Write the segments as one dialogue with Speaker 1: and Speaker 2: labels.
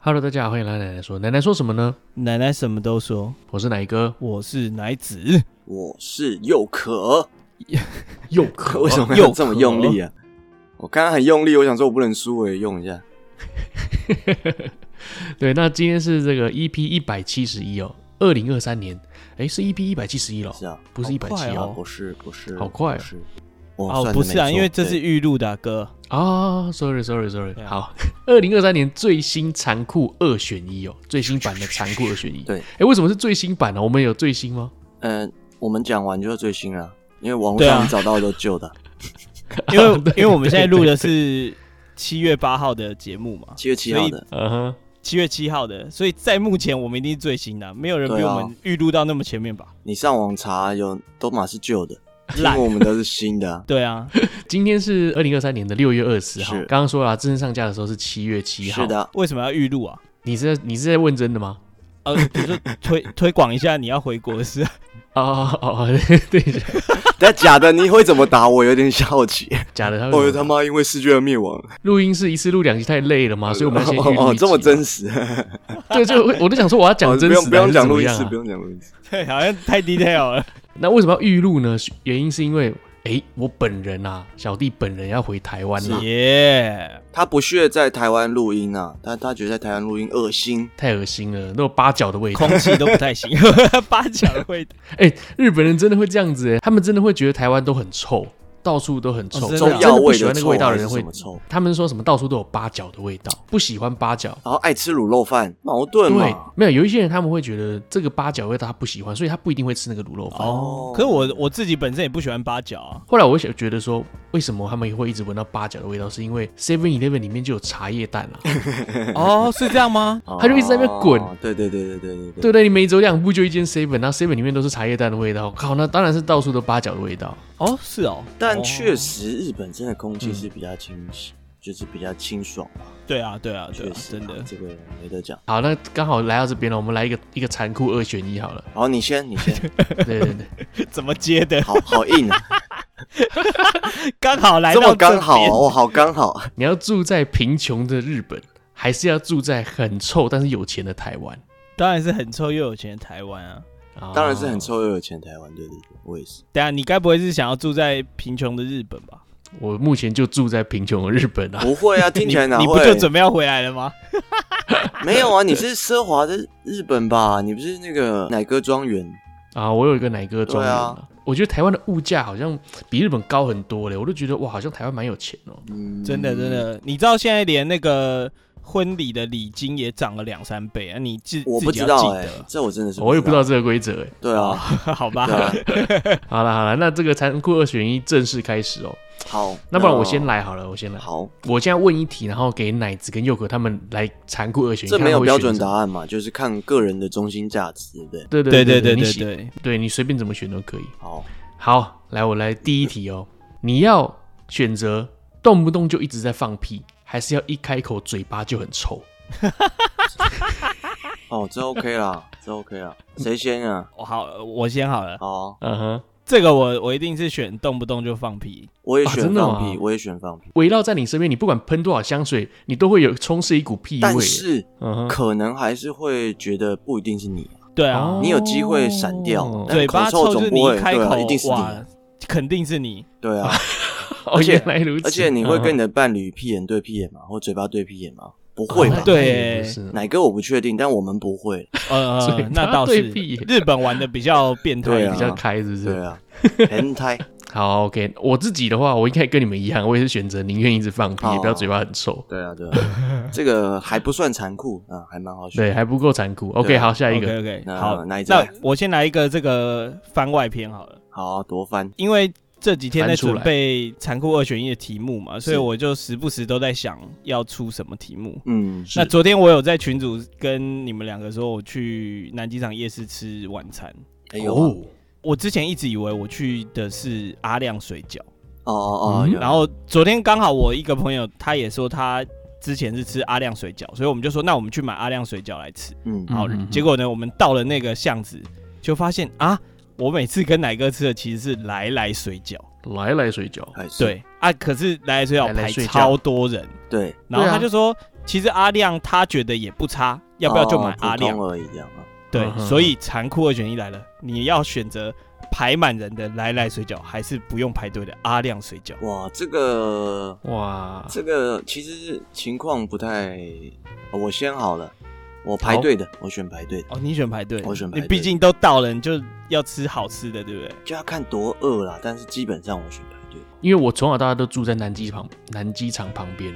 Speaker 1: Hello，大家好，欢迎来奶奶说。奶奶说什么呢？
Speaker 2: 奶奶什么都说，
Speaker 1: 我是奶哥，
Speaker 2: 我是奶子，
Speaker 3: 我是又 可，
Speaker 1: 又
Speaker 3: 可
Speaker 1: 可
Speaker 3: 为什么要这么用力啊？我刚刚很用力，我想说我不能输，我也用一下。
Speaker 1: 对，那今天是这个 EP 一百七十一哦，二零二三年，哎，是 EP 一百七十一了哦，
Speaker 3: 是啊，
Speaker 1: 不是一百
Speaker 2: 好快
Speaker 1: 七
Speaker 3: 啊，
Speaker 1: 哦
Speaker 2: 哦？
Speaker 3: 不是不是，
Speaker 1: 好快哦
Speaker 3: 不是，我
Speaker 2: 哦，
Speaker 3: 算
Speaker 2: 不是啊，
Speaker 3: 没错
Speaker 2: 因为这是
Speaker 3: 对
Speaker 2: 预录的、啊、哥，
Speaker 1: 啊，sorry，sorry，sorry，
Speaker 2: 对啊
Speaker 1: 好，二零二三年最新残酷二选一哦，最新版的残酷二选一。
Speaker 3: 对，
Speaker 1: 哎，为什么是最新版呢？我们有最新吗？
Speaker 3: 呃，我们讲完就是最新了，因为网络
Speaker 2: 对啊
Speaker 3: 上你找到都 旧的，
Speaker 2: 因为、
Speaker 1: 对
Speaker 2: 因为我们现在录的是七月八号的节目嘛，
Speaker 3: 七月七号的，
Speaker 1: 嗯哼，
Speaker 2: 七月七号的，所以在目前我们一定是最新的啊，没有人比
Speaker 3: 对啊
Speaker 2: 我们预录到那么前面吧？
Speaker 3: 你上网查有都嘛是 旧的，因
Speaker 2: 烂。
Speaker 3: 为我们都是新的啊
Speaker 2: 对啊，
Speaker 1: 今天是二零二三年的六月二十号，
Speaker 3: 是
Speaker 1: 刚刚说了啊，正式上架的时候是七月七号。
Speaker 3: 是，的，
Speaker 2: 为什么要预录啊？
Speaker 1: 你是在你是在问真的吗？
Speaker 2: 呃，比如说推推广一下你要回国的事啊，
Speaker 1: 哦哦哦， 哦对，
Speaker 3: 但假的你会怎么打？我有点好 奇。
Speaker 1: 假的，他
Speaker 3: 我
Speaker 1: 会
Speaker 3: 以为他妈因为世界而灭亡，
Speaker 1: 录音是一次录两集太累了嘛，所以我们要先预
Speaker 3: 哦
Speaker 1: 录
Speaker 3: 哦
Speaker 1: 一集
Speaker 3: 这么真实，
Speaker 1: 对，就我我就想说我要讲
Speaker 3: 哦
Speaker 1: 真
Speaker 3: 不
Speaker 1: 实的、
Speaker 3: 用不用讲录音
Speaker 1: 还是
Speaker 3: 室，
Speaker 1: 怎么
Speaker 3: 不
Speaker 1: 样啊
Speaker 3: 用讲录音室。
Speaker 2: 对，好像太 detail 了。
Speaker 1: 那为什么要预录呢？原因是因为，诶，我本人啊，小弟本人要回台湾
Speaker 2: 啊
Speaker 1: 啦，
Speaker 2: 耶、
Speaker 3: 他不屑在台湾录音啊，他他觉得在台湾录音恶心。
Speaker 1: 太恶心了，那种八角的味道。
Speaker 2: 空气都不太行， 八角的 味道，
Speaker 1: 诶，日本人真的会这样子、诶他们真的会觉得台湾都很臭，到处都很臭，
Speaker 2: 哦真的
Speaker 1: 真
Speaker 2: 啊
Speaker 3: 中
Speaker 1: 的
Speaker 3: 药
Speaker 1: 不
Speaker 3: 味
Speaker 1: 喜欢
Speaker 3: 的
Speaker 1: 那个
Speaker 3: 臭
Speaker 1: 味道
Speaker 3: 还
Speaker 1: 的
Speaker 3: 是
Speaker 1: 人
Speaker 3: 什
Speaker 1: 会
Speaker 3: 么，臭？
Speaker 1: 他们说什么到处都有八角的味道，不喜欢八角。
Speaker 3: 然后爱吃卤肉饭，矛盾
Speaker 1: 对
Speaker 3: 嘛，。
Speaker 1: 没有有一些人他们会觉得这个八角味道他不喜欢，所以他不一定会吃那个卤肉饭。
Speaker 3: 哦
Speaker 2: 可是我我自己本身也不喜欢八角啊，
Speaker 1: 后来我想觉得说，为什么他们会一直闻到八角的味道，是因为 Seven Eleven 里面就有茶叶蛋啊啦、
Speaker 2: 哦，是这样吗？
Speaker 1: 他就一直在那边滚
Speaker 3: 哦。对对对对对对
Speaker 1: 对不对？你每走两步就一间 Seven，那 Seven 里面都是茶叶蛋的味道，靠，那当然是到处都八角的味道。
Speaker 2: 哦，是哦，
Speaker 3: 但确
Speaker 2: 实。
Speaker 3: 实，日本真的空气是比较清新，就是比较清爽嘛。
Speaker 2: 对啊，对啊，对
Speaker 3: 确
Speaker 2: 啊，
Speaker 3: 实啊，
Speaker 2: 真的。
Speaker 3: 这个没得讲。
Speaker 1: 好，那刚好来到这边了，我们来一个一个残酷二选一好 了。
Speaker 3: 好，你先，你 先。
Speaker 1: 对对对，
Speaker 2: 怎么接的？
Speaker 3: 好好硬 啊，
Speaker 2: 刚好来
Speaker 3: 这
Speaker 2: 到
Speaker 3: 么
Speaker 2: 边 啊
Speaker 3: 刚好哦，我好刚好。
Speaker 1: 你要住在贫穷的日本，还是要住在很臭但是有钱的台湾？
Speaker 2: 当然是很臭又有钱的台湾啊。
Speaker 1: 啊
Speaker 3: 当然是很。臭又有钱台湾，对对对，我也是。
Speaker 2: 等一下，你该不会是想要住在贫穷的日本吧？
Speaker 1: 我目前就住在贫穷的日本啊，
Speaker 3: 不 会啊，听起来哪
Speaker 2: 你不
Speaker 3: 会
Speaker 2: 就？准备要回来了吗？
Speaker 3: 没有啊，你是奢华的日本吧？你不是那个奶哥庄园？
Speaker 1: 啊，我有一个奶哥庄园
Speaker 3: 对
Speaker 1: 啊。我觉得台湾的物价好像比日本高很多嘞，我就觉得哇，好像台湾蛮有钱哦。
Speaker 3: 嗯，
Speaker 2: 真的，真。的。你知道现在连那个婚礼的礼金也涨了两三倍啊！你自
Speaker 3: 我不
Speaker 2: 自己
Speaker 3: 知
Speaker 2: 要
Speaker 3: 道
Speaker 2: 记
Speaker 3: 哎、
Speaker 2: 得，
Speaker 3: 这我真的是
Speaker 1: 哦我也不知道。这个规则哎。
Speaker 3: 对啊，
Speaker 2: 好吧？
Speaker 3: 对啊，
Speaker 1: 好了好了，那这个残酷二选一正式开始哦。
Speaker 3: 好，
Speaker 1: 那不然我先。来好了，我先来。
Speaker 3: 好，
Speaker 1: 我现在问一题，然后给奶子跟佑可他们来残酷二选一。
Speaker 3: 这没有
Speaker 1: 看他们
Speaker 3: 标
Speaker 1: 会选
Speaker 3: 准
Speaker 1: 什么
Speaker 3: 答。案嘛，就是看个人的中心价值，对不
Speaker 1: 对
Speaker 3: 对？
Speaker 1: 对对
Speaker 2: 对对对
Speaker 1: 你
Speaker 2: 对
Speaker 1: 喜
Speaker 2: 对，
Speaker 1: 对你随便怎么选都可以。
Speaker 3: 好，
Speaker 1: 好，来我来第一题哦。你要选择动不动就一直在放屁，还是要一开口嘴巴就很臭？
Speaker 3: 哦，这 OK 啦，这 OK 啦。谁先啊？
Speaker 2: 我好，我先好了。
Speaker 3: 好啊，
Speaker 1: 嗯哼，
Speaker 2: 这个我我一定是选动不动就放屁。
Speaker 3: 我也
Speaker 1: 啊
Speaker 3: 选
Speaker 1: 真的
Speaker 3: 放屁，
Speaker 1: 吗
Speaker 3: 我也选放屁。
Speaker 1: 围绕在你身边，你不管喷多少香水，你都会有充斥一股屁味。
Speaker 3: 但，是
Speaker 1: 嗯哼，
Speaker 3: 可能还是会觉得不一定是你，
Speaker 2: 对啊，
Speaker 1: 哦
Speaker 3: 你有机会闪掉。但
Speaker 2: 嘴巴
Speaker 3: 口臭
Speaker 2: 就是
Speaker 3: 总
Speaker 2: 你
Speaker 3: 不会，
Speaker 2: 一开
Speaker 3: 对
Speaker 2: 口
Speaker 3: 啊，一定是
Speaker 2: 哇
Speaker 3: 你，，
Speaker 2: 肯定是你。
Speaker 3: 对啊。
Speaker 1: 哦，
Speaker 3: 而且
Speaker 1: 原来如此。嗯
Speaker 3: 而且你会跟你
Speaker 1: 的
Speaker 3: 的伴侣屁眼对屁眼吗？或嘴巴对屁眼吗？不会
Speaker 1: 啊
Speaker 3: 吧？
Speaker 2: 对
Speaker 1: 哎
Speaker 3: 哪个我不确定，但我们不会。
Speaker 1: 嘴
Speaker 2: 呃
Speaker 1: 巴，
Speaker 2: 那倒
Speaker 1: 对
Speaker 2: 是
Speaker 1: 屁
Speaker 2: 日本玩的比 较变态一
Speaker 3: 对啊
Speaker 1: 比
Speaker 2: 点。
Speaker 1: 较开，是不是？
Speaker 3: 对啊，很胎
Speaker 1: 好，OK，我自己的话，我应该跟你们一样，我也是选择宁愿一直放屁，
Speaker 3: 哦
Speaker 1: 也不要嘴巴很臭。
Speaker 3: 对啊，对啊， 这个还不算残酷啊，还蛮好选。
Speaker 1: 对，还不够残酷。OK，
Speaker 3: 对啊
Speaker 1: 好，下一个
Speaker 2: OK OK，
Speaker 3: 那
Speaker 2: 好，
Speaker 3: 哪一
Speaker 2: 那
Speaker 3: 张
Speaker 2: 我先来一个这个番外篇好了，
Speaker 3: 好，啊多翻
Speaker 2: 因为这几天在
Speaker 1: 翻出来
Speaker 2: 准备残酷二选一的题目嘛，所以
Speaker 3: 是
Speaker 2: 我就时不时都在想要出什么题目。
Speaker 3: 嗯，
Speaker 2: 那昨天我有在群组跟你们两个说，我去南机场夜市吃晚餐。
Speaker 3: 哎呦，
Speaker 1: 哦
Speaker 3: 哦，
Speaker 2: 我之前一直以为我去的是阿亮水饺。
Speaker 3: 哦哦，
Speaker 1: 嗯
Speaker 3: 有
Speaker 2: 然后昨天刚好我一个朋友，他也说他之前是吃阿亮水饺，所以我们就说那我们去买阿亮水饺来吃。
Speaker 3: 嗯
Speaker 1: 嗯
Speaker 2: 好，
Speaker 1: 嗯嗯
Speaker 2: 结果呢，我们到了那个巷子，就发现啊，我每次跟奶哥吃的其实是来来水饺，
Speaker 1: 来来水饺，
Speaker 3: 还是
Speaker 2: 对啊，可是来来水饺
Speaker 1: 来来
Speaker 2: 排
Speaker 1: 水饺
Speaker 2: 超多人，
Speaker 3: 对，
Speaker 2: 然后
Speaker 1: 对啊
Speaker 2: 他就说。其实阿亮他觉得也不差，要不要就买
Speaker 3: 哦
Speaker 2: 阿亮？
Speaker 3: 普通而已这样啊？
Speaker 2: 对
Speaker 1: 嗯，哼
Speaker 2: 所以残酷二选一来了，你要选择排满人的来来水饺，还是不用排队的阿亮水饺？
Speaker 3: 哇，这个
Speaker 1: 哇，
Speaker 3: 这个其实情况不太，呃我先好了，我排队的，我选排队的，
Speaker 2: 哦，你选排队，
Speaker 3: 我选排队
Speaker 2: 你毕竟都到了，你就要吃好吃的，对不对？
Speaker 3: 就要看多饿啦。但是基本上我选排队。
Speaker 1: 因为我从小到大都住在南机旁南机场旁边，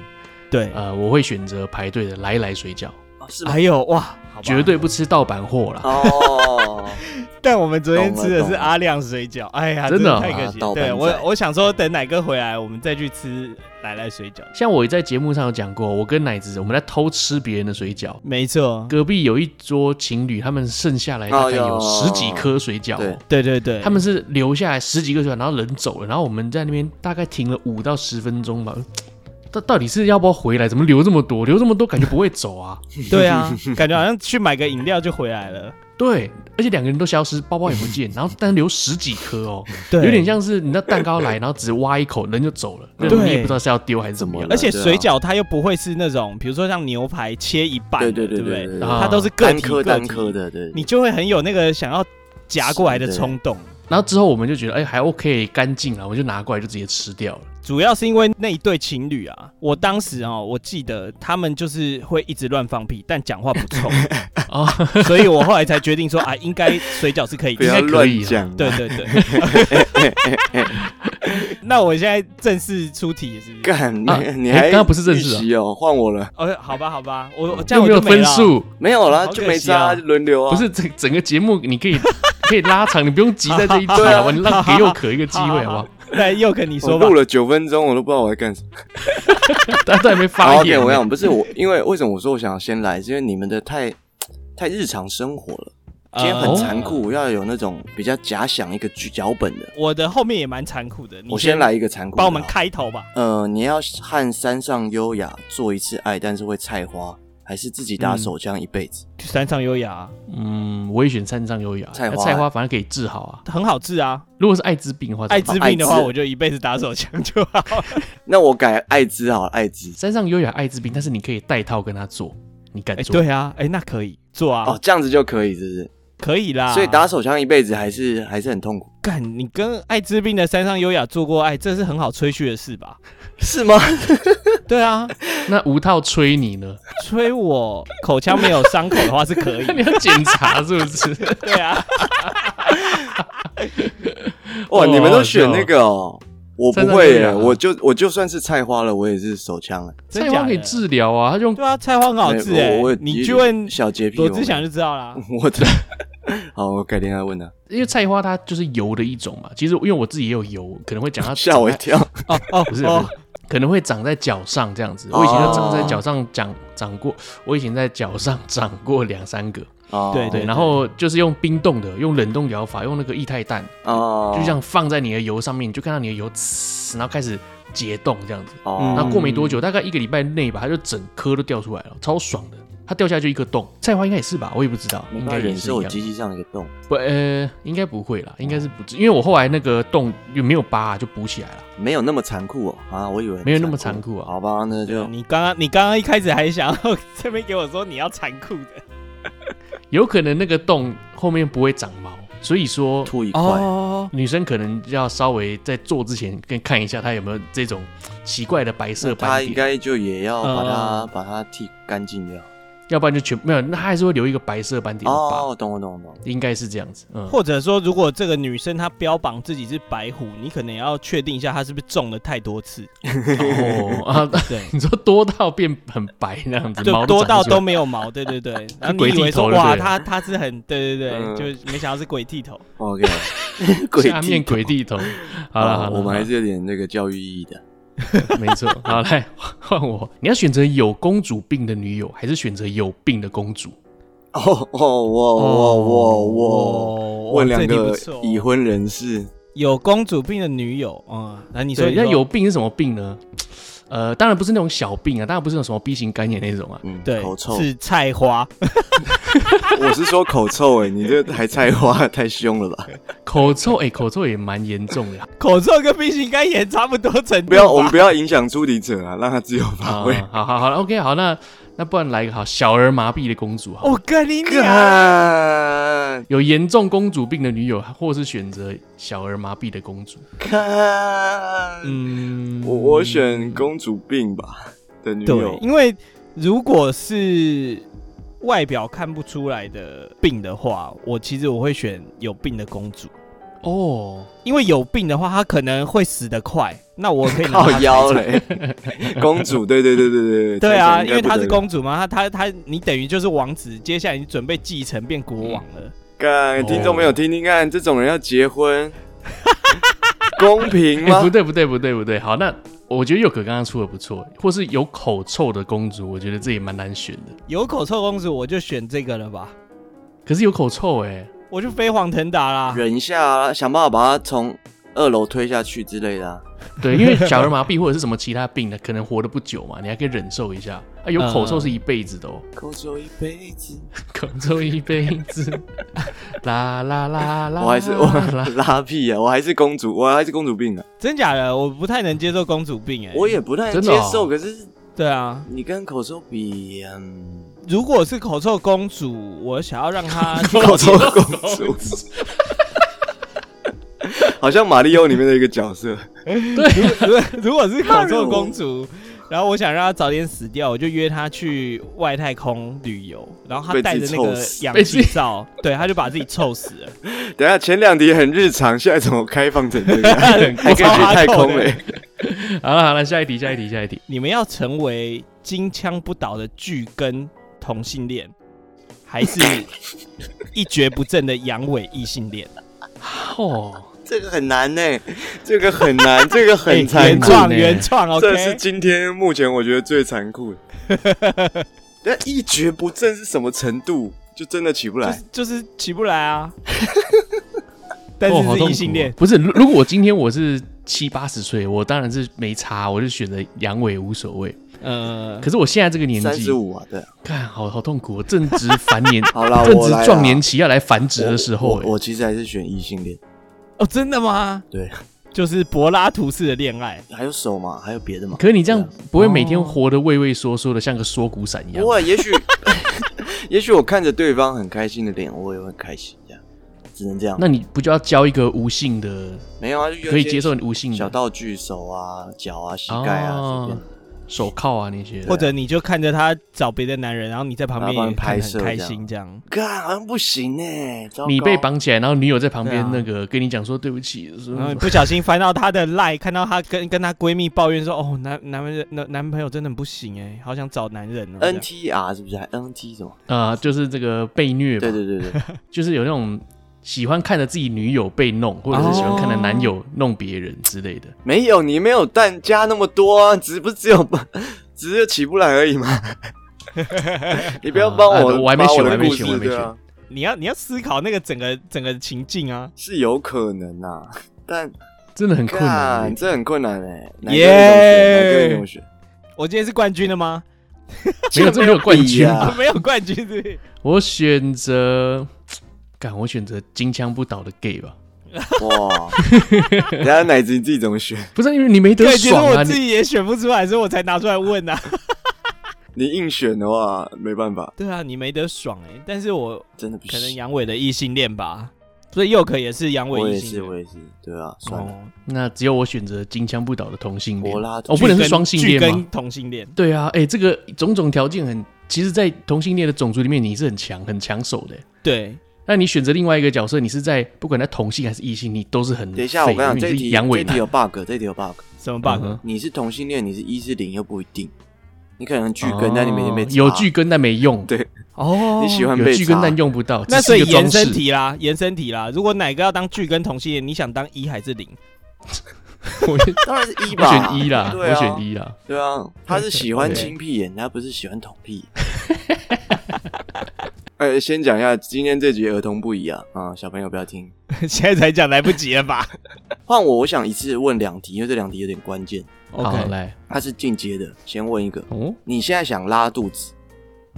Speaker 2: 对，
Speaker 1: 呃，我会选择排队的来来水饺，
Speaker 3: 啊，是吗？
Speaker 2: 还有哇，好吧
Speaker 1: 绝对不吃盗版货啦。
Speaker 3: 哦，
Speaker 2: 但我们昨天
Speaker 3: 懂了
Speaker 2: 吃的
Speaker 3: 懂
Speaker 2: 是
Speaker 3: 了
Speaker 2: 阿亮水饺，哎呀，
Speaker 1: 真的哦
Speaker 2: 太可惜
Speaker 3: 啊
Speaker 2: 了。
Speaker 3: 倒
Speaker 2: 对
Speaker 3: 班
Speaker 2: 我
Speaker 3: 仔，
Speaker 2: 我想说等奶哥回来，我们再去吃奶奶水饺。
Speaker 1: 像我在节目上有讲过，我跟奶子我们在偷吃别人的水饺。
Speaker 2: 没错，
Speaker 1: 隔壁有一桌情侣，他们剩下来大概有十几颗水饺哦、
Speaker 3: 哎对
Speaker 2: 对对对，
Speaker 1: 他们是留下来十几个水饺，然后人走了，然后我们在那边大概停了五到十分钟吧。到到底是要不要回来？怎么留这么多？留这么多感觉不会走啊？
Speaker 2: 对啊，感觉好像去买个饮料就回来了，
Speaker 1: 对，而且两个人都消失，包包也不见，然后但留十几颗哦，
Speaker 2: 对，
Speaker 1: 有点。像是你知道蛋糕来，然后只挖一口人就走了，那种
Speaker 2: 对
Speaker 1: 你也不知道是要丢还是怎么样
Speaker 3: 怎
Speaker 2: 而
Speaker 3: 么了。
Speaker 2: 且水饺它又不会是那种，比如说像牛排切一半的，
Speaker 3: 对
Speaker 2: 对
Speaker 3: 对对
Speaker 2: 不
Speaker 3: 对对对
Speaker 1: 啊
Speaker 2: 它都是个
Speaker 3: 单
Speaker 2: 体
Speaker 3: 颗
Speaker 2: 个
Speaker 3: 单
Speaker 2: 体
Speaker 3: 颗，的，对，
Speaker 2: 你就会很有那个想要夹过来的冲动。
Speaker 1: 然后之后我们就觉得哎、还 OK 干净了，我就拿过来就直接吃掉了。
Speaker 2: 主要是因为那一对情侣啊，我当时哦，我记得他们就是会一直乱放屁，但讲话不臭，
Speaker 1: 哦，
Speaker 2: 所以我后来才决定说啊，应该水饺是可以
Speaker 3: 不
Speaker 2: 吃。
Speaker 3: 要
Speaker 1: 应该可
Speaker 3: 乱
Speaker 1: 以啊
Speaker 3: 讲，
Speaker 2: 对，对对。那我现在正式出题是不是？
Speaker 3: 干，
Speaker 1: 啊
Speaker 3: 你你
Speaker 1: 哎
Speaker 3: 还
Speaker 1: 刚刚不是正式啊
Speaker 3: 预习哦，换我了，
Speaker 2: 哦，好吧，好吧，我我这
Speaker 1: 又
Speaker 2: 样我
Speaker 1: 没有
Speaker 2: 就
Speaker 1: 分
Speaker 2: 了啊。
Speaker 1: 数，
Speaker 3: 没有啦，
Speaker 2: 好可惜
Speaker 3: 就
Speaker 2: 啊
Speaker 3: 没差，就轮流啊，
Speaker 1: 不是整整个节目你可以可以拉长，你不用急在这一集
Speaker 3: 对
Speaker 1: 好
Speaker 3: 啊
Speaker 1: 吧？你让给佑可一个机会好不好？
Speaker 2: 那又跟你
Speaker 3: 我
Speaker 2: 说吧
Speaker 3: 录。了九分钟，我都不知道我在干什么。
Speaker 1: 大家都还没
Speaker 3: 好
Speaker 1: 发
Speaker 3: ，OK，
Speaker 1: 言呢。
Speaker 3: 我想不是我，因为为什么我说我想要先来，是因为你们的太太日常生活了，今天
Speaker 1: 哦
Speaker 3: 很
Speaker 2: 呃
Speaker 3: 残酷，我要有那种比较假想一个剧脚本的。
Speaker 2: 我的后面也蛮残酷的。你
Speaker 3: 我先来，一个残酷的
Speaker 2: 帮
Speaker 3: 啊，
Speaker 2: 我们开头吧。
Speaker 3: 呃，你要和山上优雅做一次爱，但是会菜花，还是自己打手枪一辈子？
Speaker 2: 山上优雅啊
Speaker 1: 嗯，我也选山上优雅。
Speaker 3: 菜
Speaker 1: 那
Speaker 3: 花
Speaker 1: 菜花反正可以治好啊。
Speaker 2: 很好治啊，
Speaker 1: 如果是艾滋病的话，
Speaker 2: 艾
Speaker 1: 怎么办
Speaker 2: 滋病的
Speaker 3: 艾
Speaker 2: 话，
Speaker 3: 滋
Speaker 2: 我就一辈子打手枪就好。
Speaker 3: 那我改艾滋好了，艾滋
Speaker 1: 山上优雅艾滋病，但是你可以带套跟他做，你敢
Speaker 2: 哎，
Speaker 1: 做？
Speaker 2: 对啊，哎，那可以做
Speaker 3: 哦
Speaker 2: 啊，，
Speaker 3: 这样子就可以，是不是？
Speaker 2: 可以
Speaker 1: 啊
Speaker 2: 啦。
Speaker 3: 所以打手枪一辈子还是还是很痛苦，
Speaker 2: 干，你跟艾滋病的山上优雅做过爱，这是很好吹嘘的事吧？
Speaker 3: 是 吗？
Speaker 2: 对啊，
Speaker 1: 那无套吹你呢？
Speaker 2: 吹我口腔没有伤口的话是可以
Speaker 1: 那 。你要检查是不是？
Speaker 2: 对啊，
Speaker 1: 哦
Speaker 3: 哇，你们
Speaker 1: 好
Speaker 3: 都
Speaker 1: 笑
Speaker 3: 选那个哦，我不
Speaker 1: 山上
Speaker 3: 会
Speaker 1: 优
Speaker 3: 耶，
Speaker 1: 雅
Speaker 3: 我就我就算是菜花了，我也是手枪耶。
Speaker 2: 真
Speaker 1: 菜
Speaker 2: 假
Speaker 1: 花
Speaker 2: 的
Speaker 1: 可以治疗啊，他用
Speaker 2: 对啊，菜花很好治
Speaker 3: 没
Speaker 2: 哎
Speaker 3: 我我有，
Speaker 2: 你
Speaker 3: 一
Speaker 2: 去问
Speaker 3: 小欸洁癖，
Speaker 2: 罗
Speaker 3: 我
Speaker 2: 志祥就知道啦。
Speaker 3: 我的。 好，我改天再问他。
Speaker 1: 因为菜花它就是油的一种嘛。其实因为我自己也有油，可能会讲它
Speaker 3: 吓我一跳！
Speaker 2: 哦哦
Speaker 1: 不是
Speaker 2: 哦，
Speaker 1: 可能会长在脚上这样子。
Speaker 3: 哦
Speaker 1: 我以前就长在脚上长长过，我以前在脚上长过两三个。
Speaker 3: 哦
Speaker 2: 对
Speaker 1: 对，然后就是用冰冻的，用冷冻疗法，用那个液态氮，
Speaker 3: 哦，
Speaker 1: 就这样放在你的油上面，你就看到你的油呲，然后开始解冻这样子。
Speaker 3: 哦，
Speaker 1: 然后过没多久，大概一个礼拜内吧，它就整颗都掉出来了，超爽的。它掉下来就一个洞，菜花应该也是吧，我也不知道，应
Speaker 3: 应
Speaker 1: 该
Speaker 3: 该
Speaker 1: 也
Speaker 3: 也
Speaker 1: 是
Speaker 3: 是
Speaker 1: 一
Speaker 3: 我
Speaker 1: 样。
Speaker 3: 机器上的一个洞。
Speaker 1: 不，呃，应该不会啦，应该是不至，因为我后来那个洞又没有疤、就补起来了。
Speaker 3: 没有那么残酷哦啊，我以为很哦
Speaker 1: 没有那么残酷啊
Speaker 3: 好吧，那就
Speaker 2: 你刚刚你刚刚一开始还想要 这边给我说你要残酷的
Speaker 1: 有可能那个洞后面不会长毛，所以说
Speaker 3: 吐一块。
Speaker 2: 哦，
Speaker 1: 女生可能要稍微在做之前跟看一下她有没有这种奇怪的白色
Speaker 3: 他
Speaker 1: 斑
Speaker 3: 应
Speaker 1: 点，
Speaker 3: 该就也要把它、
Speaker 2: 嗯
Speaker 3: 把它剃干净掉。
Speaker 1: 要不然就全没有，那她还是会留一个白色斑点的疤，
Speaker 3: 哦，懂了懂了懂了。
Speaker 1: 应该是这样子。嗯，
Speaker 2: 或者说如果这个女生她标榜自己是白虎，你可能也要确定一下她是不是中了太多次，
Speaker 1: 哦啊， 。
Speaker 2: 对
Speaker 1: 你说多到变很白那样子，毛
Speaker 2: 就多
Speaker 1: 长
Speaker 2: 到
Speaker 1: 出来
Speaker 2: 都没有毛，对 对对，然后
Speaker 1: 鬼
Speaker 2: 你以
Speaker 1: 剃
Speaker 2: 为说
Speaker 1: 头就
Speaker 2: 哇，
Speaker 1: 对了
Speaker 2: 她她是很对对对，
Speaker 3: 嗯
Speaker 2: 就没想到是鬼剃头。
Speaker 3: OK，鬼剃
Speaker 1: 下面鬼地头。好了
Speaker 3: 哦
Speaker 1: 好了，
Speaker 3: 我们还
Speaker 1: 是
Speaker 3: 是有点那个教育意义的。
Speaker 1: 没错。 好，来换我，你要选择有公主病的女友，还是选择有病的公主？
Speaker 3: 哦哦，我我我我
Speaker 2: 我
Speaker 3: 问两个已婚人士，
Speaker 2: 哦有公主病的女友，嗯，那你说
Speaker 1: 对
Speaker 2: 你
Speaker 1: 那
Speaker 2: 说
Speaker 1: 有病是什么病呢？呃，当然不是那种小病啊，当然不是那种什么 B 型肝炎那种啊，
Speaker 3: 嗯，
Speaker 2: 对
Speaker 3: 口臭。
Speaker 2: 是菜花，
Speaker 3: 我是说口臭哎、你这还菜花太凶 了吧？
Speaker 1: 口臭哎、口臭也蛮严重的。
Speaker 2: 口臭跟 B 型肝炎差不多程度吧。
Speaker 3: 不要，我们不要影响出题者啊，让他自由发
Speaker 1: 啊
Speaker 3: 挥。，
Speaker 1: 好好好，OK，好，那那不然来一个好小儿麻痹的公主好了，
Speaker 2: 我跟你讲，
Speaker 3: 看
Speaker 1: 有严重公主病的女友，或是选择小儿麻痹的公主。
Speaker 3: 看，
Speaker 1: 嗯，
Speaker 3: 我我选公主病吧的女
Speaker 2: 对，
Speaker 3: 友，
Speaker 2: 因为如果是外表看不出来的病的话，我其实我会选有病的公主，
Speaker 1: 哦，
Speaker 2: 因为有病的话，她可能会死得快，那我可以拿
Speaker 3: 靠
Speaker 2: 她的
Speaker 3: 腰
Speaker 2: 财产。
Speaker 3: 嘞，公主，对对对对
Speaker 2: 对
Speaker 3: 对财
Speaker 2: 啊，
Speaker 3: 产
Speaker 2: 因为
Speaker 3: 应该
Speaker 2: 她
Speaker 3: 不得
Speaker 2: 是
Speaker 3: 了
Speaker 2: 公主嘛，她她她，你等于就是王子，接下来你准备继承变国王了。
Speaker 3: 干，听众
Speaker 1: 哦
Speaker 3: 朋友听听看，这种人要结 婚，公平
Speaker 1: 哎、不
Speaker 3: 吗？
Speaker 1: 对不对不对不对，好，那我觉得佑可刚刚出的不错，或是有口臭的公主，我觉得这也蛮难选的。
Speaker 2: 有口臭公主，我就选这个了吧，
Speaker 1: 可是有口臭哎、
Speaker 2: 我就飞黄腾达啦。
Speaker 3: 忍一下啊，想办法把他从二楼推下去之类的啊。
Speaker 1: 对，因为小儿麻痹或者是什么其他病呢，可能活得不久嘛，你还可以忍受一下。啊，有口臭是一辈子的哦，
Speaker 3: 口臭一辈子，
Speaker 1: 口臭一辈子。啦啦啦啦，
Speaker 3: 我还是我 拉屁啊，我还是公主，我还是公主病啊，
Speaker 2: 真假的，我不太能接受公主病哎、
Speaker 3: 我也不太能
Speaker 1: 真的
Speaker 3: 接
Speaker 1: 哦
Speaker 3: 受。可是
Speaker 2: 对啊，
Speaker 3: 你跟口臭比，嗯，
Speaker 2: 如果是口臭公主，我想要让 她
Speaker 3: 口臭公主，好像马里奥里面的一个角色。
Speaker 2: 如果如果是口臭公主，然后我想让她早点死掉，我就约她去外太空旅游，然后她
Speaker 3: 被
Speaker 2: 戴着
Speaker 3: 自己
Speaker 2: 那个
Speaker 3: 臭死
Speaker 2: 氧
Speaker 1: 被自
Speaker 2: 气
Speaker 1: 己
Speaker 2: 罩，对，她就把自己臭死了。
Speaker 3: 等一下前两题很日常，现在怎么开放成这样？还可以去太空嘞？
Speaker 1: 好了好了，下一题下一题下一题。
Speaker 2: 你们要成为金枪不倒的巨根同性恋，还 是一蹶不振的阳痿异性 恋？
Speaker 1: 哦，
Speaker 3: 这个很难呢、这个很难，这个很
Speaker 1: 哎
Speaker 3: 残
Speaker 2: 原
Speaker 3: 酷。
Speaker 2: 创
Speaker 1: 呢
Speaker 2: 原创
Speaker 3: 这是
Speaker 2: ，OK。
Speaker 3: 今天目前我觉得最残酷的。 但一蹶不振是什么程度？就真的起不
Speaker 2: 就
Speaker 3: 来
Speaker 2: 是。就是起不来啊。 但
Speaker 1: 哦好
Speaker 2: 是
Speaker 1: 痛
Speaker 2: 是
Speaker 1: 苦
Speaker 2: 异性恋
Speaker 1: 哦，不是，如如果我今天我是七八十岁，我当然是没差，我就选择阳痿无所谓。
Speaker 2: 呃，
Speaker 1: 可是我现在这个年
Speaker 3: 三
Speaker 1: 纪
Speaker 3: 十，五啊，对啊。
Speaker 1: 看好好痛苦哦，正值繁年，
Speaker 3: 好啦，
Speaker 1: 正
Speaker 3: 我来啦
Speaker 1: 值壮年期要来繁殖
Speaker 3: 我
Speaker 1: 的时候、欸
Speaker 3: 我我其实还是选异性恋。
Speaker 2: 哦，真的吗？
Speaker 3: 对，
Speaker 2: 就是柏拉图式的恋爱，
Speaker 3: 还有手嘛，还有别的嘛
Speaker 1: 哎。可是你这样不会每天
Speaker 2: 哦
Speaker 1: 活得畏畏缩缩的，像个缩骨散一样
Speaker 3: 不。会，也许， 也许我看着对方很开心的脸，我也会很开心，这样只能这样。
Speaker 1: 那你不就要交一个无性的，
Speaker 3: 没有啊，就啊有一些
Speaker 1: 可以接受你无性
Speaker 3: 小
Speaker 1: 的
Speaker 3: 道具，手啊、脚啊、膝盖啊，随
Speaker 1: 哦
Speaker 3: 便
Speaker 1: 手铐啊那些？
Speaker 2: 或者你就看着他找别的男人，然后你在旁边
Speaker 3: 然
Speaker 2: 也
Speaker 3: 后帮你拍
Speaker 2: 看得
Speaker 3: 摄
Speaker 2: 很开心，这样。
Speaker 3: 干好像不行呢，糟糕
Speaker 1: 你被绑起来，然后女友在旁边
Speaker 2: 对
Speaker 1: 那
Speaker 2: 啊
Speaker 1: 个跟你讲说对不起，是
Speaker 2: 然后你不小心翻到她的赖，看到她跟跟她闺蜜抱怨说：“哦，男男人男男朋友真的很不行哎，好想找男人哦。这样
Speaker 3: NTR 是不是？还 NT 什么？
Speaker 1: 啊，就是这个被虐吧
Speaker 3: 对，对对对，
Speaker 1: 就是有那种喜欢看着自己女友被弄，或者是喜欢看着
Speaker 3: 哦
Speaker 1: 男友弄别人之类的。
Speaker 3: 没有你没有蛋加那么多啊，只不只有只是起不来而已嘛。 你不要帮
Speaker 1: 啊
Speaker 3: 我，
Speaker 1: 我还没
Speaker 3: 把
Speaker 1: 选
Speaker 3: 我的
Speaker 1: 我还没
Speaker 3: 故
Speaker 1: 选
Speaker 3: 事
Speaker 1: 我还没
Speaker 3: 对啊
Speaker 2: 你要你要思考那个整个整个情境啊。
Speaker 3: 是有可能呐，但
Speaker 1: 真的很困难欸
Speaker 3: 干，。这很困难哎。哪
Speaker 2: 耶
Speaker 3: 个运动学？
Speaker 2: 我今天是冠军了吗？
Speaker 1: 没有，这没有冠
Speaker 3: 比
Speaker 1: 军。
Speaker 3: 呀啊
Speaker 2: 没有冠军是不是
Speaker 1: 我选择，敢我选择金枪不倒的 gay 吧？
Speaker 3: 哪个运动学？哇！等一下奶子你自己怎么选？
Speaker 1: 不是因为你没得
Speaker 2: 对，其实
Speaker 1: 爽啊，
Speaker 2: 我
Speaker 1: 你
Speaker 2: 自己也选不出来，所以我才拿出来问啊。
Speaker 3: 你硬选的话没办法，
Speaker 2: 对啊，你没得爽哎、但是我
Speaker 3: 真的不
Speaker 2: 可能
Speaker 3: 行。
Speaker 2: 阳痿的异性恋吧， 所以佑可也是阳
Speaker 3: 我
Speaker 2: 痿
Speaker 3: 也
Speaker 2: 异性
Speaker 3: 是，
Speaker 2: 恋。
Speaker 3: 我也是，对啊，算了。
Speaker 2: 哦
Speaker 1: 那只有我选择金枪不倒的同性恋。
Speaker 3: 柏拉图
Speaker 1: 哦，不能是
Speaker 2: 巨根
Speaker 1: 双性
Speaker 2: 巨
Speaker 1: 恋吗
Speaker 2: 根？同性恋。
Speaker 1: 对啊，哎、这个种种条件很，其实，在同性恋的种族里面，你是很强、很抢手的。
Speaker 2: 对，
Speaker 1: 那你选择另外一个角色，你是在不管在同性还是异性，你都是很
Speaker 3: 等一下，我
Speaker 1: 废
Speaker 3: 跟
Speaker 1: 的
Speaker 3: 你
Speaker 1: 因为
Speaker 3: 讲，这
Speaker 1: 你
Speaker 3: 题
Speaker 1: 是阳
Speaker 3: 这
Speaker 1: 痿
Speaker 3: 题
Speaker 1: 男
Speaker 3: 有 bug，这题有 bug。
Speaker 2: 什么 bug？、
Speaker 1: 嗯哼
Speaker 3: 你是同性恋，你是一是零又不一定，你可能巨根，但你每天被
Speaker 1: 哦
Speaker 3: 插
Speaker 1: 有巨，根但没用，
Speaker 3: 对
Speaker 2: 哦
Speaker 3: 你喜欢
Speaker 1: 有
Speaker 3: 被
Speaker 1: 巨根
Speaker 3: 插
Speaker 1: 但用不到，
Speaker 2: 那
Speaker 1: 只
Speaker 2: 所
Speaker 1: 是
Speaker 2: 以
Speaker 1: 一个
Speaker 2: 延
Speaker 1: 装
Speaker 2: 伸
Speaker 1: 饰。
Speaker 2: 题啦，延伸题啦。如果哪个要当巨根同性恋，你想当一还是零？
Speaker 1: 我
Speaker 3: 当然是一
Speaker 1: 我
Speaker 3: 吧，
Speaker 1: 选一啦，
Speaker 3: 对
Speaker 1: 我
Speaker 3: 啊，
Speaker 1: 选，一啦。
Speaker 3: 对啊，他是喜欢亲屁眼，他不是喜欢捅 屁。哎，先讲一下，今天这集儿童不宜啊，啊，小朋友不要听。
Speaker 2: 现在才讲来不及了吧
Speaker 3: 换我，我想一次问两题，因为这两题有点关键，
Speaker 1: 好，
Speaker 2: ？OK，
Speaker 1: 来，
Speaker 3: 它是进阶的。先问一个，
Speaker 1: 哦，
Speaker 3: 你现在想拉肚子，